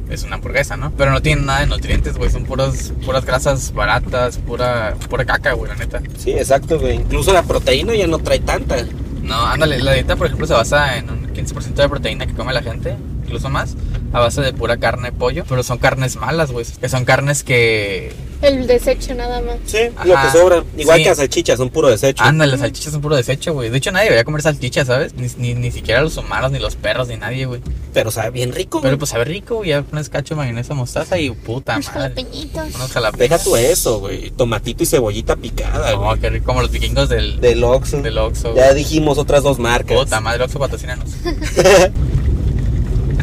Speaker 1: Es una hamburguesa, ¿no? Pero no tienen nada de nutrientes, güey. Son puras, puras grasas baratas, pura, pura caca, güey, la neta.
Speaker 2: Sí, exacto, güey. Incluso la proteína ya no trae tanta.
Speaker 1: No, ándale. La dieta, por ejemplo, se basa en un 15% de proteína que come la gente, incluso más. a base de pura carne de pollo, pero son carnes malas, güey. Que son carnes que.
Speaker 3: El desecho nada más.
Speaker 2: Sí, lo
Speaker 1: Ajá.
Speaker 2: que sobra. Igual
Speaker 1: Sí.
Speaker 2: que las salchichas, son puro desecho.
Speaker 1: Ándale, las salchichas son puro desecho, güey. De hecho, nadie debería comer salchichas, ¿sabes? Ni, ni, ni siquiera los humanos, ni los perros, ni nadie, güey.
Speaker 2: Pero sabe bien rico.
Speaker 1: Pero
Speaker 2: güey.
Speaker 1: pues sabe rico, güey. Ya pones cacho, mayonesa, mostaza y puta
Speaker 3: Los
Speaker 1: madre.
Speaker 3: jalapeñitos.
Speaker 1: Unos jalapeños.
Speaker 2: Deja tú eso, güey. Tomatito y cebollita picada,
Speaker 1: No,
Speaker 2: güey.
Speaker 1: qué rico, como los vikingos del,
Speaker 2: Del Oxxo.
Speaker 1: del Oxxo. güey.
Speaker 2: Ya dijimos otras dos marcas.
Speaker 1: Puta madre, Oxxo, patrocínanos.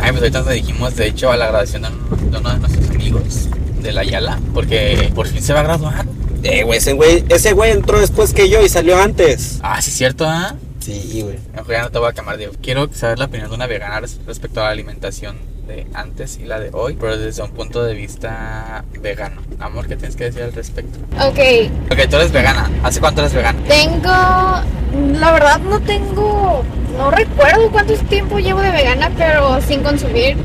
Speaker 1: Ay, pues ahorita nos dijimos, de hecho, a la graduación de un- de uno de nuestros amigos, de la Yala, porque por fin se va a graduar.
Speaker 2: Eh, güey, ese güey, ese güey entró después que yo y salió antes.
Speaker 1: Ah, sí, es cierto, ¿ah?
Speaker 2: Sí, güey.
Speaker 1: Mejor ya no te voy a quemar, Diego. Quiero saber la opinión de una vegana res- respecto a la alimentación de antes y la de hoy, pero desde un punto de vista vegano. Amor, ¿qué tienes que decir al respecto?
Speaker 3: Ok,
Speaker 1: Ok, tú eres vegana. ¿Hace cuánto eres vegana?
Speaker 3: Tengo, la verdad no tengo, no recuerdo cuánto tiempo llevo de vegana, pero sin consumir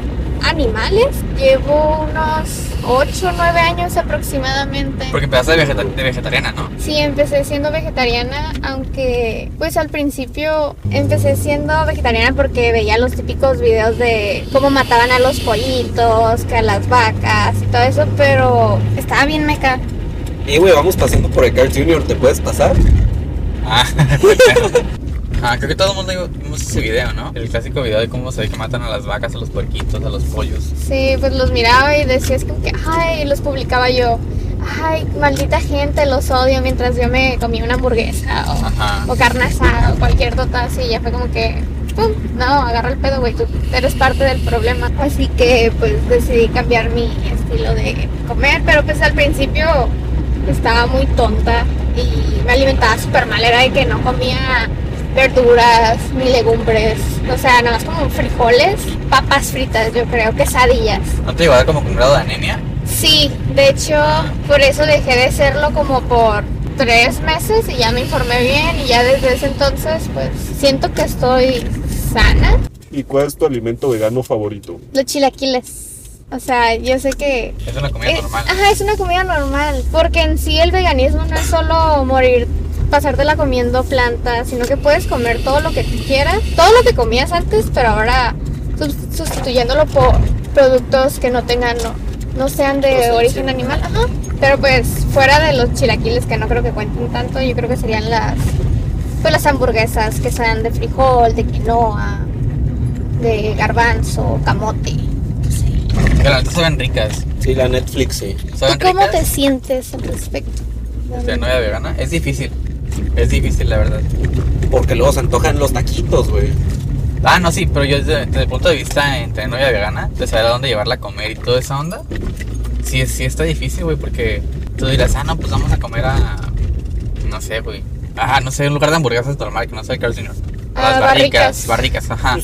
Speaker 3: animales. Llevo unos 8 o 9 años aproximadamente.
Speaker 1: Porque empezaste de, vegeta- de vegetariana, ¿no?
Speaker 3: Sí, empecé siendo vegetariana, aunque pues al principio empecé siendo vegetariana porque veía los típicos videos de cómo mataban a los pollitos, que a las vacas y todo eso, pero estaba bien meca.
Speaker 2: Eh, güey, vamos pasando por el Carl Jr., ¿te puedes pasar?
Speaker 1: Ah, Ah, creo que todo el mundo vimos ese video, ¿no? El clásico video de cómo se ve que matan a las vacas, a los puerquitos, a los pollos.
Speaker 3: Sí, pues los miraba y decía, es como que, ay, los publicaba yo. Ay, maldita gente, los odio mientras yo me comí una hamburguesa
Speaker 1: Ajá.
Speaker 3: o, o carne asada o cualquier tota así. Ya fue como que, pum, no, agarra el pedo, güey, tú eres parte del problema. Así que, pues, decidí cambiar mi estilo de comer, pero pues al principio estaba muy tonta y me alimentaba súper mal. Era de que no comía verduras ni legumbres, o sea, nada más como frijoles, papas fritas, yo creo, quesadillas.
Speaker 1: ¿No te llegó a dar como un grado de anemia?
Speaker 3: Sí, de hecho, por eso dejé de serlo como por tres meses y ya me informé bien y ya desde ese entonces pues siento que estoy sana.
Speaker 4: ¿Y cuál es tu alimento vegano favorito?
Speaker 3: Los chilaquiles, o sea, yo sé que
Speaker 1: Es una comida
Speaker 3: Eh,
Speaker 1: normal.
Speaker 3: Ajá, es una comida normal. Porque en sí el veganismo no es solo morir, pasártela comiendo plantas, sino que puedes comer todo lo que tú quieras. Todo lo que comías antes, pero ahora sus- sustituyéndolo por productos que no tengan, no, no sean de
Speaker 2: Procedencia
Speaker 3: origen animal. Ajá. Pero pues fuera de los chilaquiles que no creo que cuenten tanto, yo creo que serían las pues las hamburguesas que sean de frijol, de quinoa, de garbanzo, camote. no sé.
Speaker 1: Que la neta saben ricas.
Speaker 2: Sí, la Netflix, sí.
Speaker 1: ¿Saben
Speaker 3: ¿Tú cómo te
Speaker 1: ricas?
Speaker 3: sientes al respecto?
Speaker 1: Este, no era vegana. Es difícil. Es difícil, la verdad.
Speaker 2: Porque luego se antojan los taquitos, güey.
Speaker 1: Ah, no, sí, pero yo desde, desde el punto de vista entre novia vegana, de saber a dónde llevarla a comer y toda esa onda, sí, sí está difícil, güey, porque tú dirás, ah, no, pues vamos a comer a. No sé, güey. Ajá, no sé, un lugar de hamburguesas normal que no sea el Carl Jr. A
Speaker 3: Ah,
Speaker 1: Las barricas,
Speaker 3: barricas.
Speaker 1: barricas, ajá.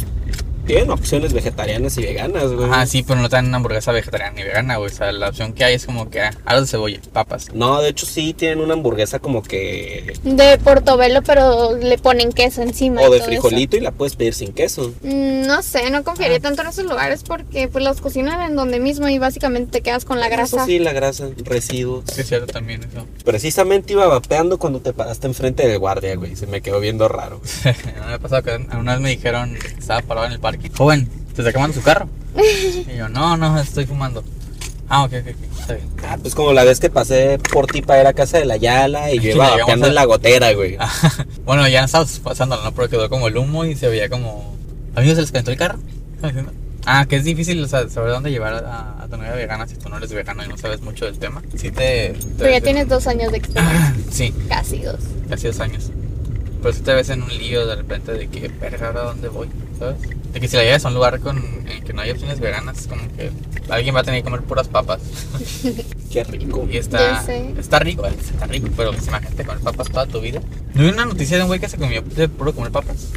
Speaker 2: Tienen opciones vegetarianas y veganas, güey.
Speaker 1: Ajá, sí, pero no te dan una hamburguesa vegetariana ni vegana, güey. O sea, la opción que hay es como que ah, aros de cebolla, papas.
Speaker 2: No, de hecho sí tienen una hamburguesa como que...
Speaker 3: De portobelo, pero le ponen queso encima. y
Speaker 2: O de
Speaker 3: todo eso.
Speaker 2: frijolito y la puedes pedir sin queso.
Speaker 3: Mm, No sé, no confiaría tanto en esos lugares porque pues los cocinan en donde mismo y básicamente te quedas con la grasa.
Speaker 2: Ah, Eso sí, la grasa, residuos.
Speaker 1: Sí, es cierto también eso.
Speaker 2: Precisamente iba vapeando cuando te paraste enfrente del guardia, güey. Se me quedó viendo raro.
Speaker 1: me ha pasado que una vez me dijeron que estaba parado en el parque. Joven, ¿te está quemando su carro? Y yo, no, no, estoy fumando. Ah, ok, ok, ok, está bien.
Speaker 2: Ah, pues como la vez que pasé por ti para ir a casa de la Yala y yo
Speaker 1: Sí,
Speaker 2: iba
Speaker 1: llegamos
Speaker 2: vapeando
Speaker 1: a-
Speaker 2: en la gotera, güey. Ah,
Speaker 1: bueno, ya no estábamos pasando, ¿no? Pero quedó como el humo y se veía como. Amigos, se les calentó el carro. Estaba diciendo. Ah, que es difícil o sea, saber dónde llevar a, a tu novia vegana si tú no eres vegano y no sabes mucho del tema. Sí, te. te-
Speaker 3: Pero ya
Speaker 1: te-
Speaker 3: tienes dos años de experiencia,
Speaker 1: Sí,
Speaker 3: casi dos.
Speaker 1: casi dos años. Pero si te ves en un lío de repente de que, verga, ¿ahora dónde voy? ¿Sabes? De que si la llevas a un lugar con, en el que no hay opciones veganas, como que alguien va a tener que comer puras papas.
Speaker 2: Qué rico.
Speaker 1: Y está,
Speaker 3: Ya sé.
Speaker 1: está rico, eh, está rico, pero pues, imagínate comer papas toda tu vida. ¿No vi una noticia de un güey que se comió de puro comer papas?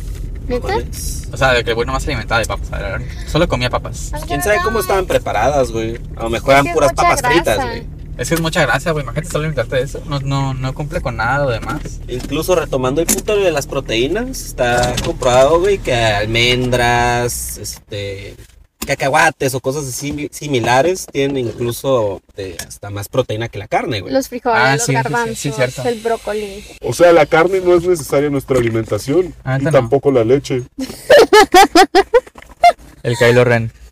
Speaker 3: ¿Neta?
Speaker 2: Pues,
Speaker 1: O sea, de que el güey nomás se alimentaba de papas, la verdad. Solo comía papas.
Speaker 2: ¿Quién sabe cómo estaban preparadas, güey? A lo mejor
Speaker 3: Es
Speaker 2: eran
Speaker 3: que es
Speaker 2: puras
Speaker 3: mucha
Speaker 2: papas
Speaker 3: grasa.
Speaker 2: fritas, güey.
Speaker 1: Es que es mucha gracia, güey, imagínate solo alimentarte de eso. No, no, no cumple con nada lo demás.
Speaker 2: Incluso retomando el punto de las proteínas, está comprobado, güey, que almendras, este, cacahuates o cosas simi- similares tienen incluso este, hasta más proteína que la carne, güey.
Speaker 3: Los frijoles,
Speaker 1: Ah,
Speaker 3: los
Speaker 1: sí, sí, sí,
Speaker 3: garbanzos,
Speaker 1: sí, cierto.
Speaker 3: el brócoli.
Speaker 4: O sea, la carne no es necesaria en nuestra alimentación.
Speaker 1: Ah,
Speaker 4: y
Speaker 1: esta no.
Speaker 4: tampoco la leche.
Speaker 1: El Kylo Ren.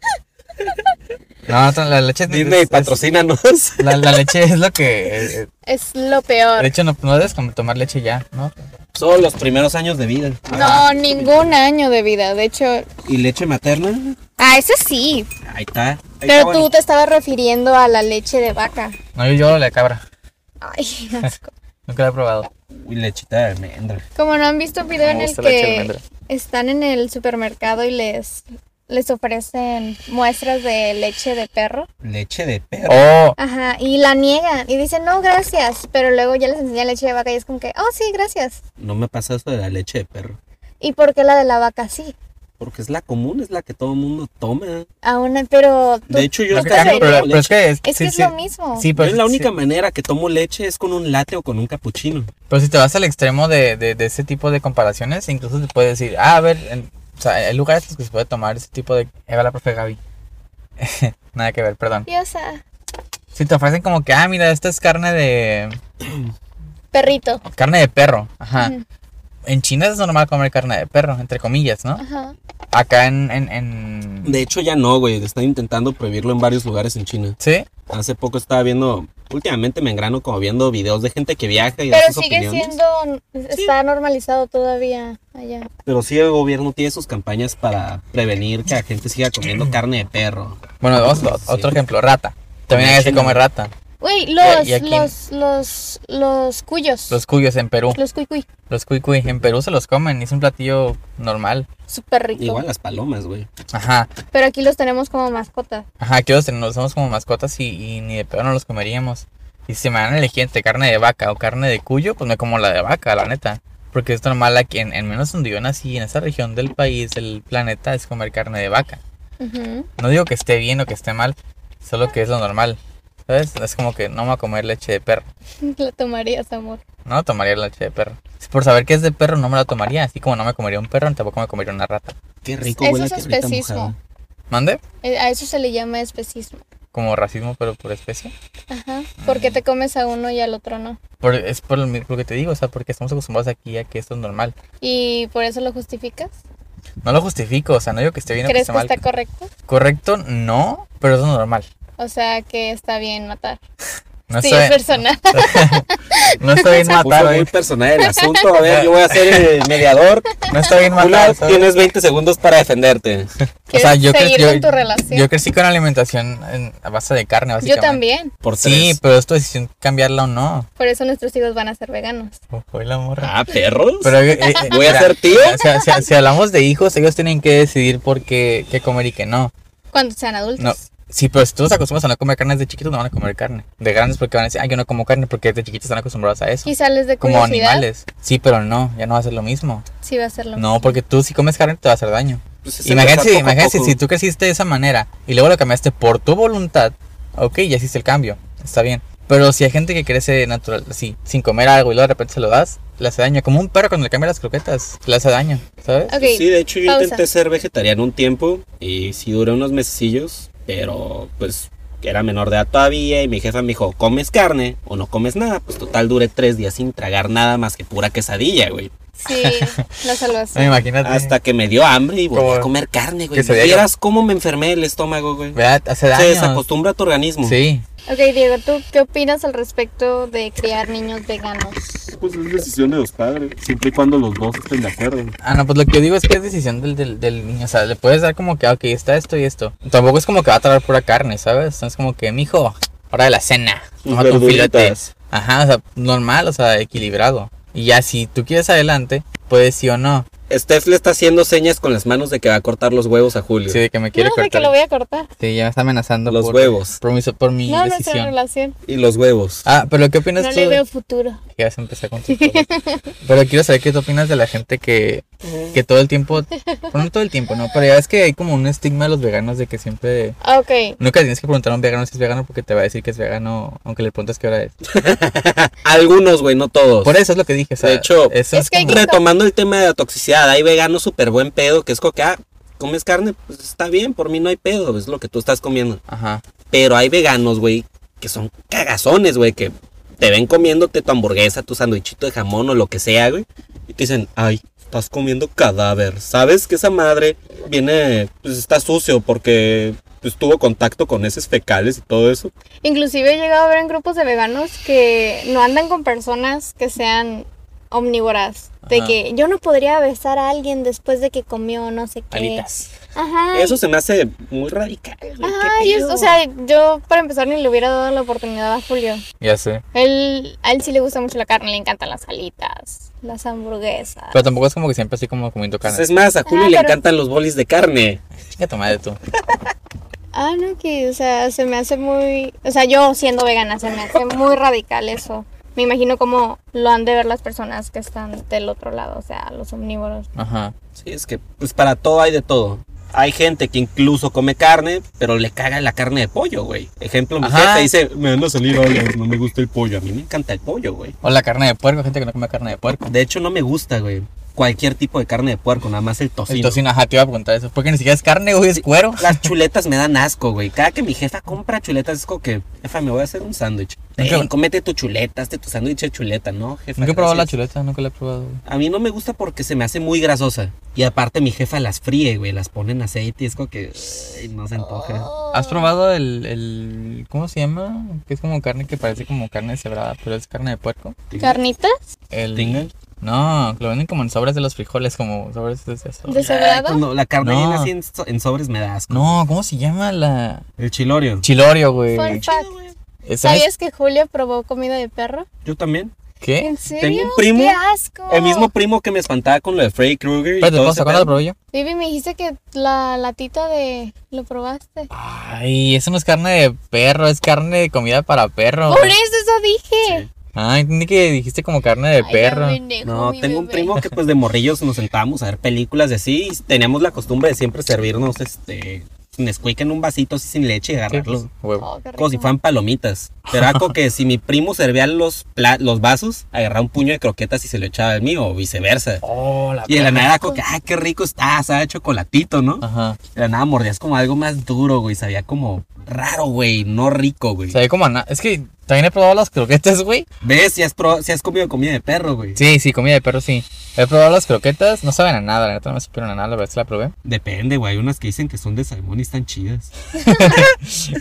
Speaker 1: No, t- la leche es-
Speaker 2: Disney,
Speaker 1: es-
Speaker 2: patrocínanos.
Speaker 1: es- La, la leche es lo que. eh, eh,
Speaker 3: Es lo peor.
Speaker 1: de hecho, no, no debes como tomar leche ya, ¿no?
Speaker 2: Solo los primeros años de vida.
Speaker 3: No, ningún año de vida. De hecho,
Speaker 2: ¿Y leche materna?
Speaker 3: ah, eso sí.
Speaker 2: Ahí está. Ahí está
Speaker 3: Pero tú
Speaker 2: bonito.
Speaker 3: te estabas refiriendo a la leche de vaca.
Speaker 1: No, yo, yo la de cabra.
Speaker 3: Ay, asco.
Speaker 1: Nunca la he probado.
Speaker 2: Uy, lechita de almendra.
Speaker 3: Como no han visto un video
Speaker 1: Me
Speaker 3: en el
Speaker 1: gusta la leche de
Speaker 3: que
Speaker 1: almendra.
Speaker 3: están en el supermercado y les les ofrecen muestras de leche de perro.
Speaker 2: Leche de perro.
Speaker 1: Oh,
Speaker 3: Ajá, y la niegan y dicen, "No, gracias", pero luego ya les enseña leche de vaca y es como que, "Oh, sí, gracias."
Speaker 2: No me pasa eso de la leche de perro.
Speaker 3: ¿Y por qué la de la vaca sí?
Speaker 2: Porque es la común, es la que todo el mundo toma.
Speaker 3: Aún, pero tú-
Speaker 2: De hecho, yo
Speaker 1: no,
Speaker 3: ¿tú
Speaker 1: que
Speaker 2: hasta
Speaker 1: cambia,
Speaker 3: prefieres?
Speaker 1: pero,
Speaker 2: tomo
Speaker 1: pero es
Speaker 2: leche.
Speaker 1: que. Es,
Speaker 3: es
Speaker 1: sí,
Speaker 3: que es
Speaker 1: sí,
Speaker 3: lo mismo.
Speaker 1: sí,
Speaker 2: Yo
Speaker 1: pero
Speaker 2: es la
Speaker 1: sí-
Speaker 2: única manera que tomo leche es con un latte o con un cappuccino.
Speaker 1: Pero si te vas al extremo de, de, de ese tipo de comparaciones, incluso te puedes decir, ah, a ver, en- o sea, hay lugares en los que se puede tomar ese tipo de... Ahí va la profe Gaby. Nada que ver, perdón.
Speaker 3: Diosa,
Speaker 1: Si te ofrecen como que, ah, mira, esta es carne de...
Speaker 3: perrito.
Speaker 1: Carne de perro. Ajá.
Speaker 3: Ujú.
Speaker 1: En China es normal comer carne de perro, entre comillas, ¿no?
Speaker 3: Ajá.
Speaker 1: Acá en... en, en-
Speaker 2: De hecho, ya no, güey. Están intentando prohibirlo en varios lugares en China.
Speaker 1: ¿Sí?
Speaker 2: Hace poco estaba viendo, últimamente me engrano como viendo videos de gente que viaja y da
Speaker 3: Pero
Speaker 2: sus
Speaker 3: sigue
Speaker 2: opiniones.
Speaker 3: siendo está normalizado todavía allá.
Speaker 2: Pero sí el gobierno tiene sus campañas para prevenir que la gente siga comiendo carne de perro.
Speaker 1: Bueno, vamos a-
Speaker 2: Sí.
Speaker 1: otro ejemplo, rata. También
Speaker 2: En
Speaker 1: hay que
Speaker 2: China.
Speaker 1: come rata.
Speaker 3: Güey, los,
Speaker 1: Y aquí-
Speaker 3: los, los, los cuyos.
Speaker 1: Los cuyos en Perú.
Speaker 3: Los cuy cuy.
Speaker 1: Los cuy cuy. En Perú se los comen, es un platillo normal.
Speaker 3: Súper rico.
Speaker 2: Igual las palomas, güey.
Speaker 1: Ajá.
Speaker 3: Pero aquí los tenemos como mascota.
Speaker 1: Ajá, que los nos somos como mascotas y, y ni de pedo no los comeríamos. Y si me dan a elegir entre carne de vaca o carne de cuyo, pues me como la de vaca, la neta. Porque es normal aquí, en, en menos donde yo nací, en esta región del país, del planeta, es comer carne de vaca.
Speaker 3: Ujú.
Speaker 1: No digo que esté bien o que esté mal, solo que es lo normal. ¿Sabes? Es como que no me voy a comer leche de perro.
Speaker 3: La tomarías, amor.
Speaker 1: No tomaría la leche de perro. Si por saber que es de perro no me la tomaría. Así como no me comería un perro, tampoco me comería una rata.
Speaker 2: Qué rico
Speaker 3: Eso
Speaker 2: huele
Speaker 3: es
Speaker 2: a tierrita
Speaker 3: especismo.
Speaker 2: mojada.
Speaker 1: ¿Mande?
Speaker 3: Eh, A eso se le llama especismo.
Speaker 1: Como racismo, pero por especie.
Speaker 3: Ajá. Porque te comes a uno y al otro no.
Speaker 1: Por- es por lo mi- lo que te digo, o sea, porque estamos acostumbrados aquí a que esto es normal.
Speaker 3: ¿Y por eso lo justificas?
Speaker 1: No lo justifico, o sea, no digo que esté bien o que
Speaker 3: ¿Crees
Speaker 1: esté
Speaker 3: que
Speaker 1: mal.
Speaker 3: está correcto?
Speaker 1: Correcto, no, pero eso es normal.
Speaker 3: O sea, que está bien matar.
Speaker 1: No
Speaker 3: sí,
Speaker 1: está
Speaker 3: es
Speaker 1: bien,
Speaker 3: personal.
Speaker 1: no está bien ¿eh?
Speaker 2: Se puso
Speaker 1: matar,
Speaker 2: muy
Speaker 1: güey.
Speaker 2: personal el asunto. A ver, yo voy a ser el mediador.
Speaker 1: No está bien
Speaker 2: Una,
Speaker 1: matar. ¿sabes?
Speaker 2: tienes 20 segundos para defenderte.
Speaker 1: O sea, yo,
Speaker 3: ¿Quieres
Speaker 1: cre-
Speaker 3: seguir
Speaker 1: yo,
Speaker 3: con tu relación?
Speaker 1: yo crecí con alimentación en- a base de carne,
Speaker 3: Yo
Speaker 1: básicamente.
Speaker 3: también.
Speaker 2: Por
Speaker 1: Sí,
Speaker 2: tres.
Speaker 1: pero es tu decisión cambiarla o no.
Speaker 3: Por eso nuestros hijos van a ser veganos.
Speaker 1: Ojo, la morra.
Speaker 2: Ah, perros.
Speaker 1: Pero, eh, eh, eh,
Speaker 2: voy a
Speaker 1: mira,
Speaker 2: ser tío.
Speaker 1: o sea, si, si hablamos de hijos, ellos tienen que decidir por qué, qué comer y qué no.
Speaker 3: Cuando sean adultos.
Speaker 1: No, sí, pero si tú los acostumbras a no comer carne desde chiquitos, no van a comer carne. De grandes porque van a decir, ay, yo no como carne porque desde chiquitos están acostumbrados a eso.
Speaker 3: Y sales de
Speaker 1: Como
Speaker 3: curiosidad.
Speaker 1: animales. Sí, pero no, ya no va a ser lo mismo.
Speaker 3: Sí, va a ser lo mismo.
Speaker 1: No, porque tú si comes carne te va a hacer daño.
Speaker 2: Pues es
Speaker 1: Imagínate,
Speaker 2: empezar poco a
Speaker 1: imagínate
Speaker 2: poco.
Speaker 1: si tú creciste de esa manera y luego lo cambiaste por tu voluntad, ok, ya hiciste el cambio, está bien. Pero si hay gente que crece natural, así, sin comer algo y luego de repente se lo das, le hace daño. Como un perro cuando le cambia las croquetas, le hace daño, ¿sabes?
Speaker 3: Ok,
Speaker 2: Sí, de hecho yo
Speaker 3: pausa.
Speaker 2: intenté ser vegetariano un tiempo y sí duré unos mesecillos, pero pues que era menor de edad todavía y mi jefa me dijo, ¿comes carne o no comes nada? Pues total duré tres días sin tragar nada más que pura quesadilla, güey.
Speaker 3: sí, la
Speaker 1: No,
Speaker 3: salvación.
Speaker 1: imagínate.
Speaker 2: Hasta que me dio hambre y volví
Speaker 1: Como
Speaker 2: a comer carne, güey.
Speaker 1: quesadilla.
Speaker 2: Vieras cómo me enfermé el estómago, güey.
Speaker 1: ¿Verdad? Hace
Speaker 2: Se
Speaker 1: daño.
Speaker 2: desacostumbra tu organismo.
Speaker 1: Sí.
Speaker 3: Ok, Diego, ¿tú qué opinas al respecto de criar niños veganos?
Speaker 4: Pues es decisión de los padres, siempre y cuando los dos estén de acuerdo.
Speaker 1: Ah, no, pues lo que yo digo es que es decisión del, del, del niño. O sea, le puedes dar como que, ah, ok, está esto y esto. Tampoco es como que va a traer pura carne, ¿sabes? No Es como que, mijo, hora de la cena.
Speaker 2: Sus
Speaker 1: Tómate un filete.
Speaker 2: verduritas.
Speaker 1: Ajá, o sea, normal, o sea, equilibrado. Y ya si tú quieres adelante, puedes sí o no.
Speaker 2: Steph le está haciendo señas con las manos de que va a cortar los huevos a Julio.
Speaker 1: Sí, de que me quiere
Speaker 3: No, de que
Speaker 1: cortar.
Speaker 3: lo voy a cortar.
Speaker 1: Sí, ya me está amenazando
Speaker 2: Los
Speaker 1: por,
Speaker 2: huevos.
Speaker 1: por mi, por mi
Speaker 3: No, nuestra
Speaker 1: decisión.
Speaker 3: relación.
Speaker 2: Y los huevos.
Speaker 1: Ah, pero ¿qué opinas
Speaker 3: No
Speaker 1: tú?
Speaker 3: le veo futuro.
Speaker 1: Que ya se empezó con sus cosas. Pero quiero saber qué tú opinas de la gente que, que todo el tiempo, bueno, no todo el tiempo, ¿no? Pero ya es que hay como un estigma de los veganos de que siempre...
Speaker 3: Ah, Ok,
Speaker 1: Nunca tienes que preguntar a un vegano si es vegano porque te va a decir que es vegano, aunque le preguntes qué hora es.
Speaker 2: Algunos, güey, no todos.
Speaker 1: Por eso es lo que dije. o sea,
Speaker 2: De hecho,
Speaker 1: eso
Speaker 3: Es que hay
Speaker 1: como-
Speaker 2: Retomando el tema de la toxicidad, hay veganos súper buen pedo, que es como que, ah, comes carne, pues está bien, por mí no hay pedo, es lo que tú estás comiendo.
Speaker 1: Ajá.
Speaker 2: Pero hay veganos, güey, que son cagazones, güey, que te ven comiéndote tu hamburguesa, tu sandwichito de jamón o lo que sea, güey, y te dicen, ay, estás comiendo cadáver, ¿sabes que esa madre viene, pues está sucio porque pues, tuvo contacto con heces fecales y todo eso.
Speaker 3: Inclusive he llegado a ver en grupos de veganos que no andan con personas que sean omnívoras. De
Speaker 2: Ajá.
Speaker 3: que yo no podría besar a alguien después de que comió no sé qué.
Speaker 5: Alitas.
Speaker 3: Ajá.
Speaker 2: Eso se me hace muy radical. güey, ¿qué
Speaker 3: Ajá, y es-
Speaker 2: pedo?
Speaker 3: o sea, yo para empezar ni le hubiera dado la oportunidad a Julio.
Speaker 1: Ya sé.
Speaker 3: Él, a él sí le gusta mucho la carne, le encantan las alitas, las hamburguesas.
Speaker 1: Pero tampoco es como que siempre así como comiendo
Speaker 2: Pues
Speaker 1: carne.
Speaker 2: es más, a Julio
Speaker 3: Ah,
Speaker 2: le
Speaker 3: pero-
Speaker 2: encantan los bolis de carne.
Speaker 1: Chinga tu madre tú.
Speaker 3: Ah, no, que, o sea, se me hace muy. O sea, yo siendo vegana, se me hace muy radical eso. Me imagino cómo lo han de ver las personas que están del otro lado, o sea, los omnívoros.
Speaker 1: Ajá.
Speaker 2: Sí, es que pues para todo hay de todo. Hay gente que incluso come carne, pero le caga la carne de pollo, güey. Ejemplo, mi
Speaker 1: Ajá.
Speaker 2: jefe dice, me van a salir alas, no me gusta el pollo. A mí me encanta el pollo, güey.
Speaker 1: O la carne de puerco, gente que no come carne de puerco.
Speaker 2: De hecho, no me gusta, güey. Cualquier tipo de carne de puerco, nada más el tocino.
Speaker 1: El tocino, ajá, te iba a preguntar eso. Porque ni siquiera es carne, güey, es cuero.
Speaker 2: Las chuletas me dan asco, güey. Cada que mi jefa compra chuletas es como que, jefa, me voy a hacer un sándwich.
Speaker 1: Nunca-
Speaker 2: Ven, cómete tu chuleta, hazte tu sándwich de chuleta, ¿no, jefa?
Speaker 1: Nunca he probado la
Speaker 2: gracias.
Speaker 1: chuleta, nunca la he probado. güey.
Speaker 2: A mí no me gusta porque se me hace muy grasosa. Y aparte mi jefa las fríe, güey, las pone en aceite y es como que ay, no se antoja.
Speaker 1: ¿Has probado el, el. ¿Cómo se llama? Que es como carne que parece como carne deshebrada, pero es carne de puerco.
Speaker 3: ¿Carnitas?
Speaker 1: El.
Speaker 2: ¿Tingle?
Speaker 1: No, lo venden como en sobras de los frijoles, como sobres de eso.
Speaker 2: Ay,
Speaker 3: ¿Deshebrada?
Speaker 2: cuando la carne
Speaker 1: No.
Speaker 2: viene así en, so- en sobres me da asco.
Speaker 1: No, ¿cómo se llama la.
Speaker 2: El chilorio.
Speaker 1: Chilorio, güey.
Speaker 3: Fun fact.
Speaker 1: Esa es-
Speaker 3: ¿Sabías que Julio probó comida de perro?
Speaker 2: Yo también.
Speaker 1: ¿Qué?
Speaker 3: ¿En serio?
Speaker 2: Tengo ¿Eh? un primo,
Speaker 3: ¡Qué asco!
Speaker 2: el mismo primo que me espantaba con lo de Freddy Krueger. y
Speaker 1: Espérate,
Speaker 2: todo
Speaker 1: pausa,
Speaker 2: ese
Speaker 1: ¿cuándo
Speaker 2: pedo.
Speaker 1: la probé yo?
Speaker 3: Vivi, me dijiste que la latita de... ¿Lo probaste?
Speaker 2: Ah,
Speaker 1: Ay, eso no es carne de perro, es carne de comida para perro.
Speaker 3: ¡Por eso, eso dije!
Speaker 1: Ah, entendí que dijiste como carne de
Speaker 3: Ay,
Speaker 1: perro.
Speaker 3: pendejo,
Speaker 2: No,
Speaker 3: mi
Speaker 2: tengo un
Speaker 3: bebé.
Speaker 2: primo que pues de morrillos nos sentábamos a ver películas y así y teníamos la costumbre de siempre servirnos este Nesquik en un vasito así sin leche y
Speaker 1: ¿Qué?
Speaker 2: agarrarlo.
Speaker 1: Huevo.
Speaker 3: Oh, qué rico.
Speaker 2: como si fueran palomitas. Pero era como que si mi primo servía los, pla- los vasos, agarraba un puño de croquetas y se lo echaba al mío, o viceversa.
Speaker 1: Oh, la
Speaker 2: Y de la nada era como que, ay, qué rico está, sabe a chocolatito, ¿no?
Speaker 1: Ajá.
Speaker 2: De la nada mordías como algo más duro, güey, sabía como raro, güey, no rico, güey.
Speaker 1: Se ve como a na- Es que también he probado las croquetas, güey.
Speaker 2: ¿Ves? Si has, pro- si has comido comida de perro, güey.
Speaker 1: Sí, sí, comida de perro, sí. He probado las croquetas, no saben a nada, la neta no me supieron a nada, la verdad se la probé.
Speaker 2: Depende, güey, hay unas que dicen que son de salmón y están chidas.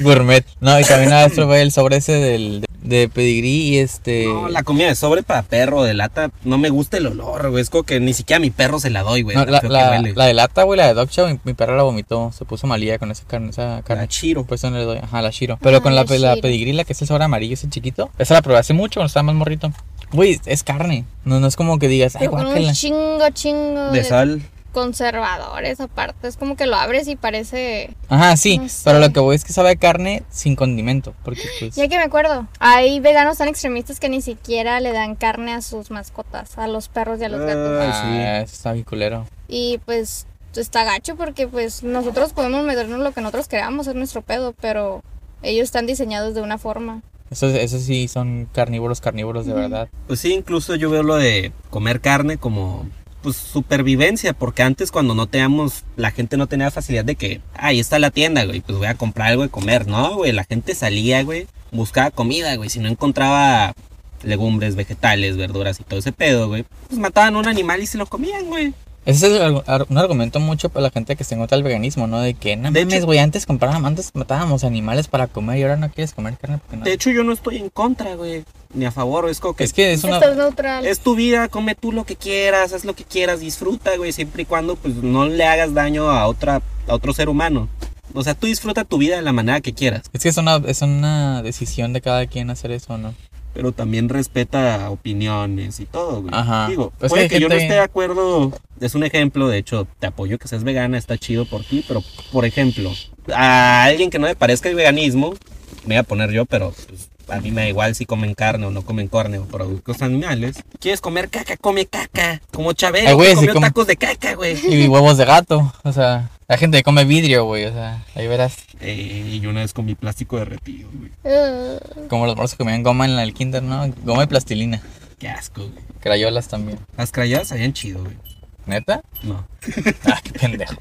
Speaker 1: Gourmet. No, y también una vez probé el sobre ese del, de pedigrí y este...
Speaker 2: No, la comida de sobre para perro, de lata, no me gusta el olor, güey, es como que ni siquiera a mi perro se la doy, güey.
Speaker 1: No,
Speaker 2: tan
Speaker 1: la,
Speaker 2: feo que
Speaker 1: la-
Speaker 2: huele.
Speaker 1: la de lata, güey, la de Dog Chow, mi, mi perra la vomitó, se puso malía con esa carne, esa carne.
Speaker 2: La chiro.
Speaker 1: Pues eso no le doy, ajá, la Shiro. Pero
Speaker 3: Ah,
Speaker 1: con la,
Speaker 3: la
Speaker 1: pe- la
Speaker 3: Shiro.
Speaker 1: pedigrí, la que es el sobre amarillo, ese chiquito, esa la probé hace mucho cuando estaba más morrito. Güey, es carne, no, no es como que digas, ay,
Speaker 3: Pero con un
Speaker 1: guácala.
Speaker 3: chingo, chingo
Speaker 2: De
Speaker 3: de,
Speaker 2: sal.
Speaker 3: conservadores aparte. Es como que lo abres y parece...
Speaker 1: Ajá, sí,
Speaker 3: No sé.
Speaker 1: pero lo que voy es que sabe a carne sin condimento, porque pues...
Speaker 3: Ya que me acuerdo, hay veganos tan extremistas que ni siquiera le dan carne a sus mascotas, a los perros y a los gatos.
Speaker 2: Ay, sí.
Speaker 1: Ah, eso está bien culero.
Speaker 3: Y pues está gacho porque pues nosotros podemos meternos lo que nosotros queramos, es nuestro pedo, pero ellos están diseñados de una forma.
Speaker 1: Eso, eso sí son carnívoros, carnívoros de verdad.
Speaker 2: Pues sí, incluso yo veo lo de comer carne como pues supervivencia, porque antes cuando no teníamos, la gente no tenía facilidad de que, "Ah, ahí está la tienda, güey, pues voy a comprar algo de comer, ¿no? Güey, la gente salía, güey, buscaba comida, güey, si no encontraba legumbres, vegetales, verduras y todo ese pedo, güey, pues mataban a un animal y se lo comían, güey.
Speaker 1: Ese es el argu- ar- un argumento mucho para la gente que se encuentra el veganismo, ¿no? De que, no
Speaker 2: De
Speaker 1: mames,
Speaker 2: hecho-
Speaker 1: güey, antes comprábamos, antes matábamos animales para comer y ahora no quieres comer carne porque no.
Speaker 2: De hecho, yo no estoy en contra, güey, ni a favor, es como que
Speaker 1: es que es una...
Speaker 3: Esto es neutral.
Speaker 2: Es tu vida, come tú lo que quieras, haz lo que quieras, disfruta, güey, siempre y cuando pues no le hagas daño a otra a otro ser humano. O sea, tú disfruta tu vida de la manera que quieras,
Speaker 1: Es que es una, es una decisión de cada quien hacer eso o no.
Speaker 2: pero también respeta opiniones y todo, güey.
Speaker 1: Ajá.
Speaker 2: Digo,
Speaker 1: Pues
Speaker 2: puede
Speaker 1: que
Speaker 2: que,
Speaker 1: hay
Speaker 2: yo no
Speaker 1: gente-
Speaker 2: esté de acuerdo, es un ejemplo, de hecho, te apoyo que seas vegana, está chido por ti, pero por ejemplo, a alguien que no le parezca el veganismo, me voy a poner yo, pero pues, a mí me da igual si comen carne o no comen carne o productos animales. ¿Quieres comer caca? Come caca. Como Chabelo,
Speaker 1: Ay, Ah, güey,
Speaker 2: que
Speaker 1: si
Speaker 2: comió
Speaker 1: come-
Speaker 2: tacos de caca, güey.
Speaker 1: Y huevos de gato, o sea, la gente que come vidrio, güey, o sea, ahí verás
Speaker 2: Eh, y yo una vez comí plástico derretido, güey.
Speaker 3: Eh,
Speaker 1: como los morros que comían goma en el kinder, ¿no? Goma y plastilina,
Speaker 2: Qué asco, güey.
Speaker 1: crayolas también.
Speaker 2: Las crayadas sabían chido, güey.
Speaker 1: ¿Neta?
Speaker 2: No.
Speaker 1: Ah, qué pendejo.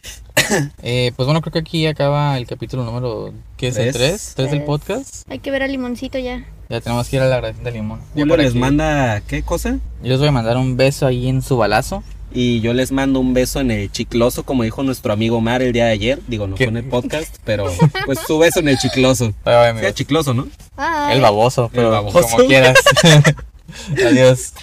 Speaker 1: Eh, pues bueno, creo que aquí acaba el capítulo número, ¿qué es el
Speaker 2: Tres.
Speaker 1: 3? 3 del
Speaker 3: Tres.
Speaker 1: podcast.
Speaker 6: Hay que ver a Limoncito ya.
Speaker 1: Ya tenemos que ir a la agradecida de limón. Ya
Speaker 2: Julio
Speaker 1: por
Speaker 2: les
Speaker 1: aquí.
Speaker 2: manda, ¿qué cosa?
Speaker 1: Yo les voy a mandar un beso ahí en su balazo.
Speaker 2: Y yo les mando un beso en el chicloso, como dijo nuestro amigo Mar el día de ayer. Digo, no fue
Speaker 1: ¿Quién?
Speaker 2: en el podcast, pero pues su beso en el chicloso.
Speaker 1: Bye, bye,
Speaker 2: Era
Speaker 1: amigos.
Speaker 2: chicloso, ¿no?
Speaker 7: Ay.
Speaker 1: El baboso, pero
Speaker 2: baboso.
Speaker 1: como quieras. Adiós.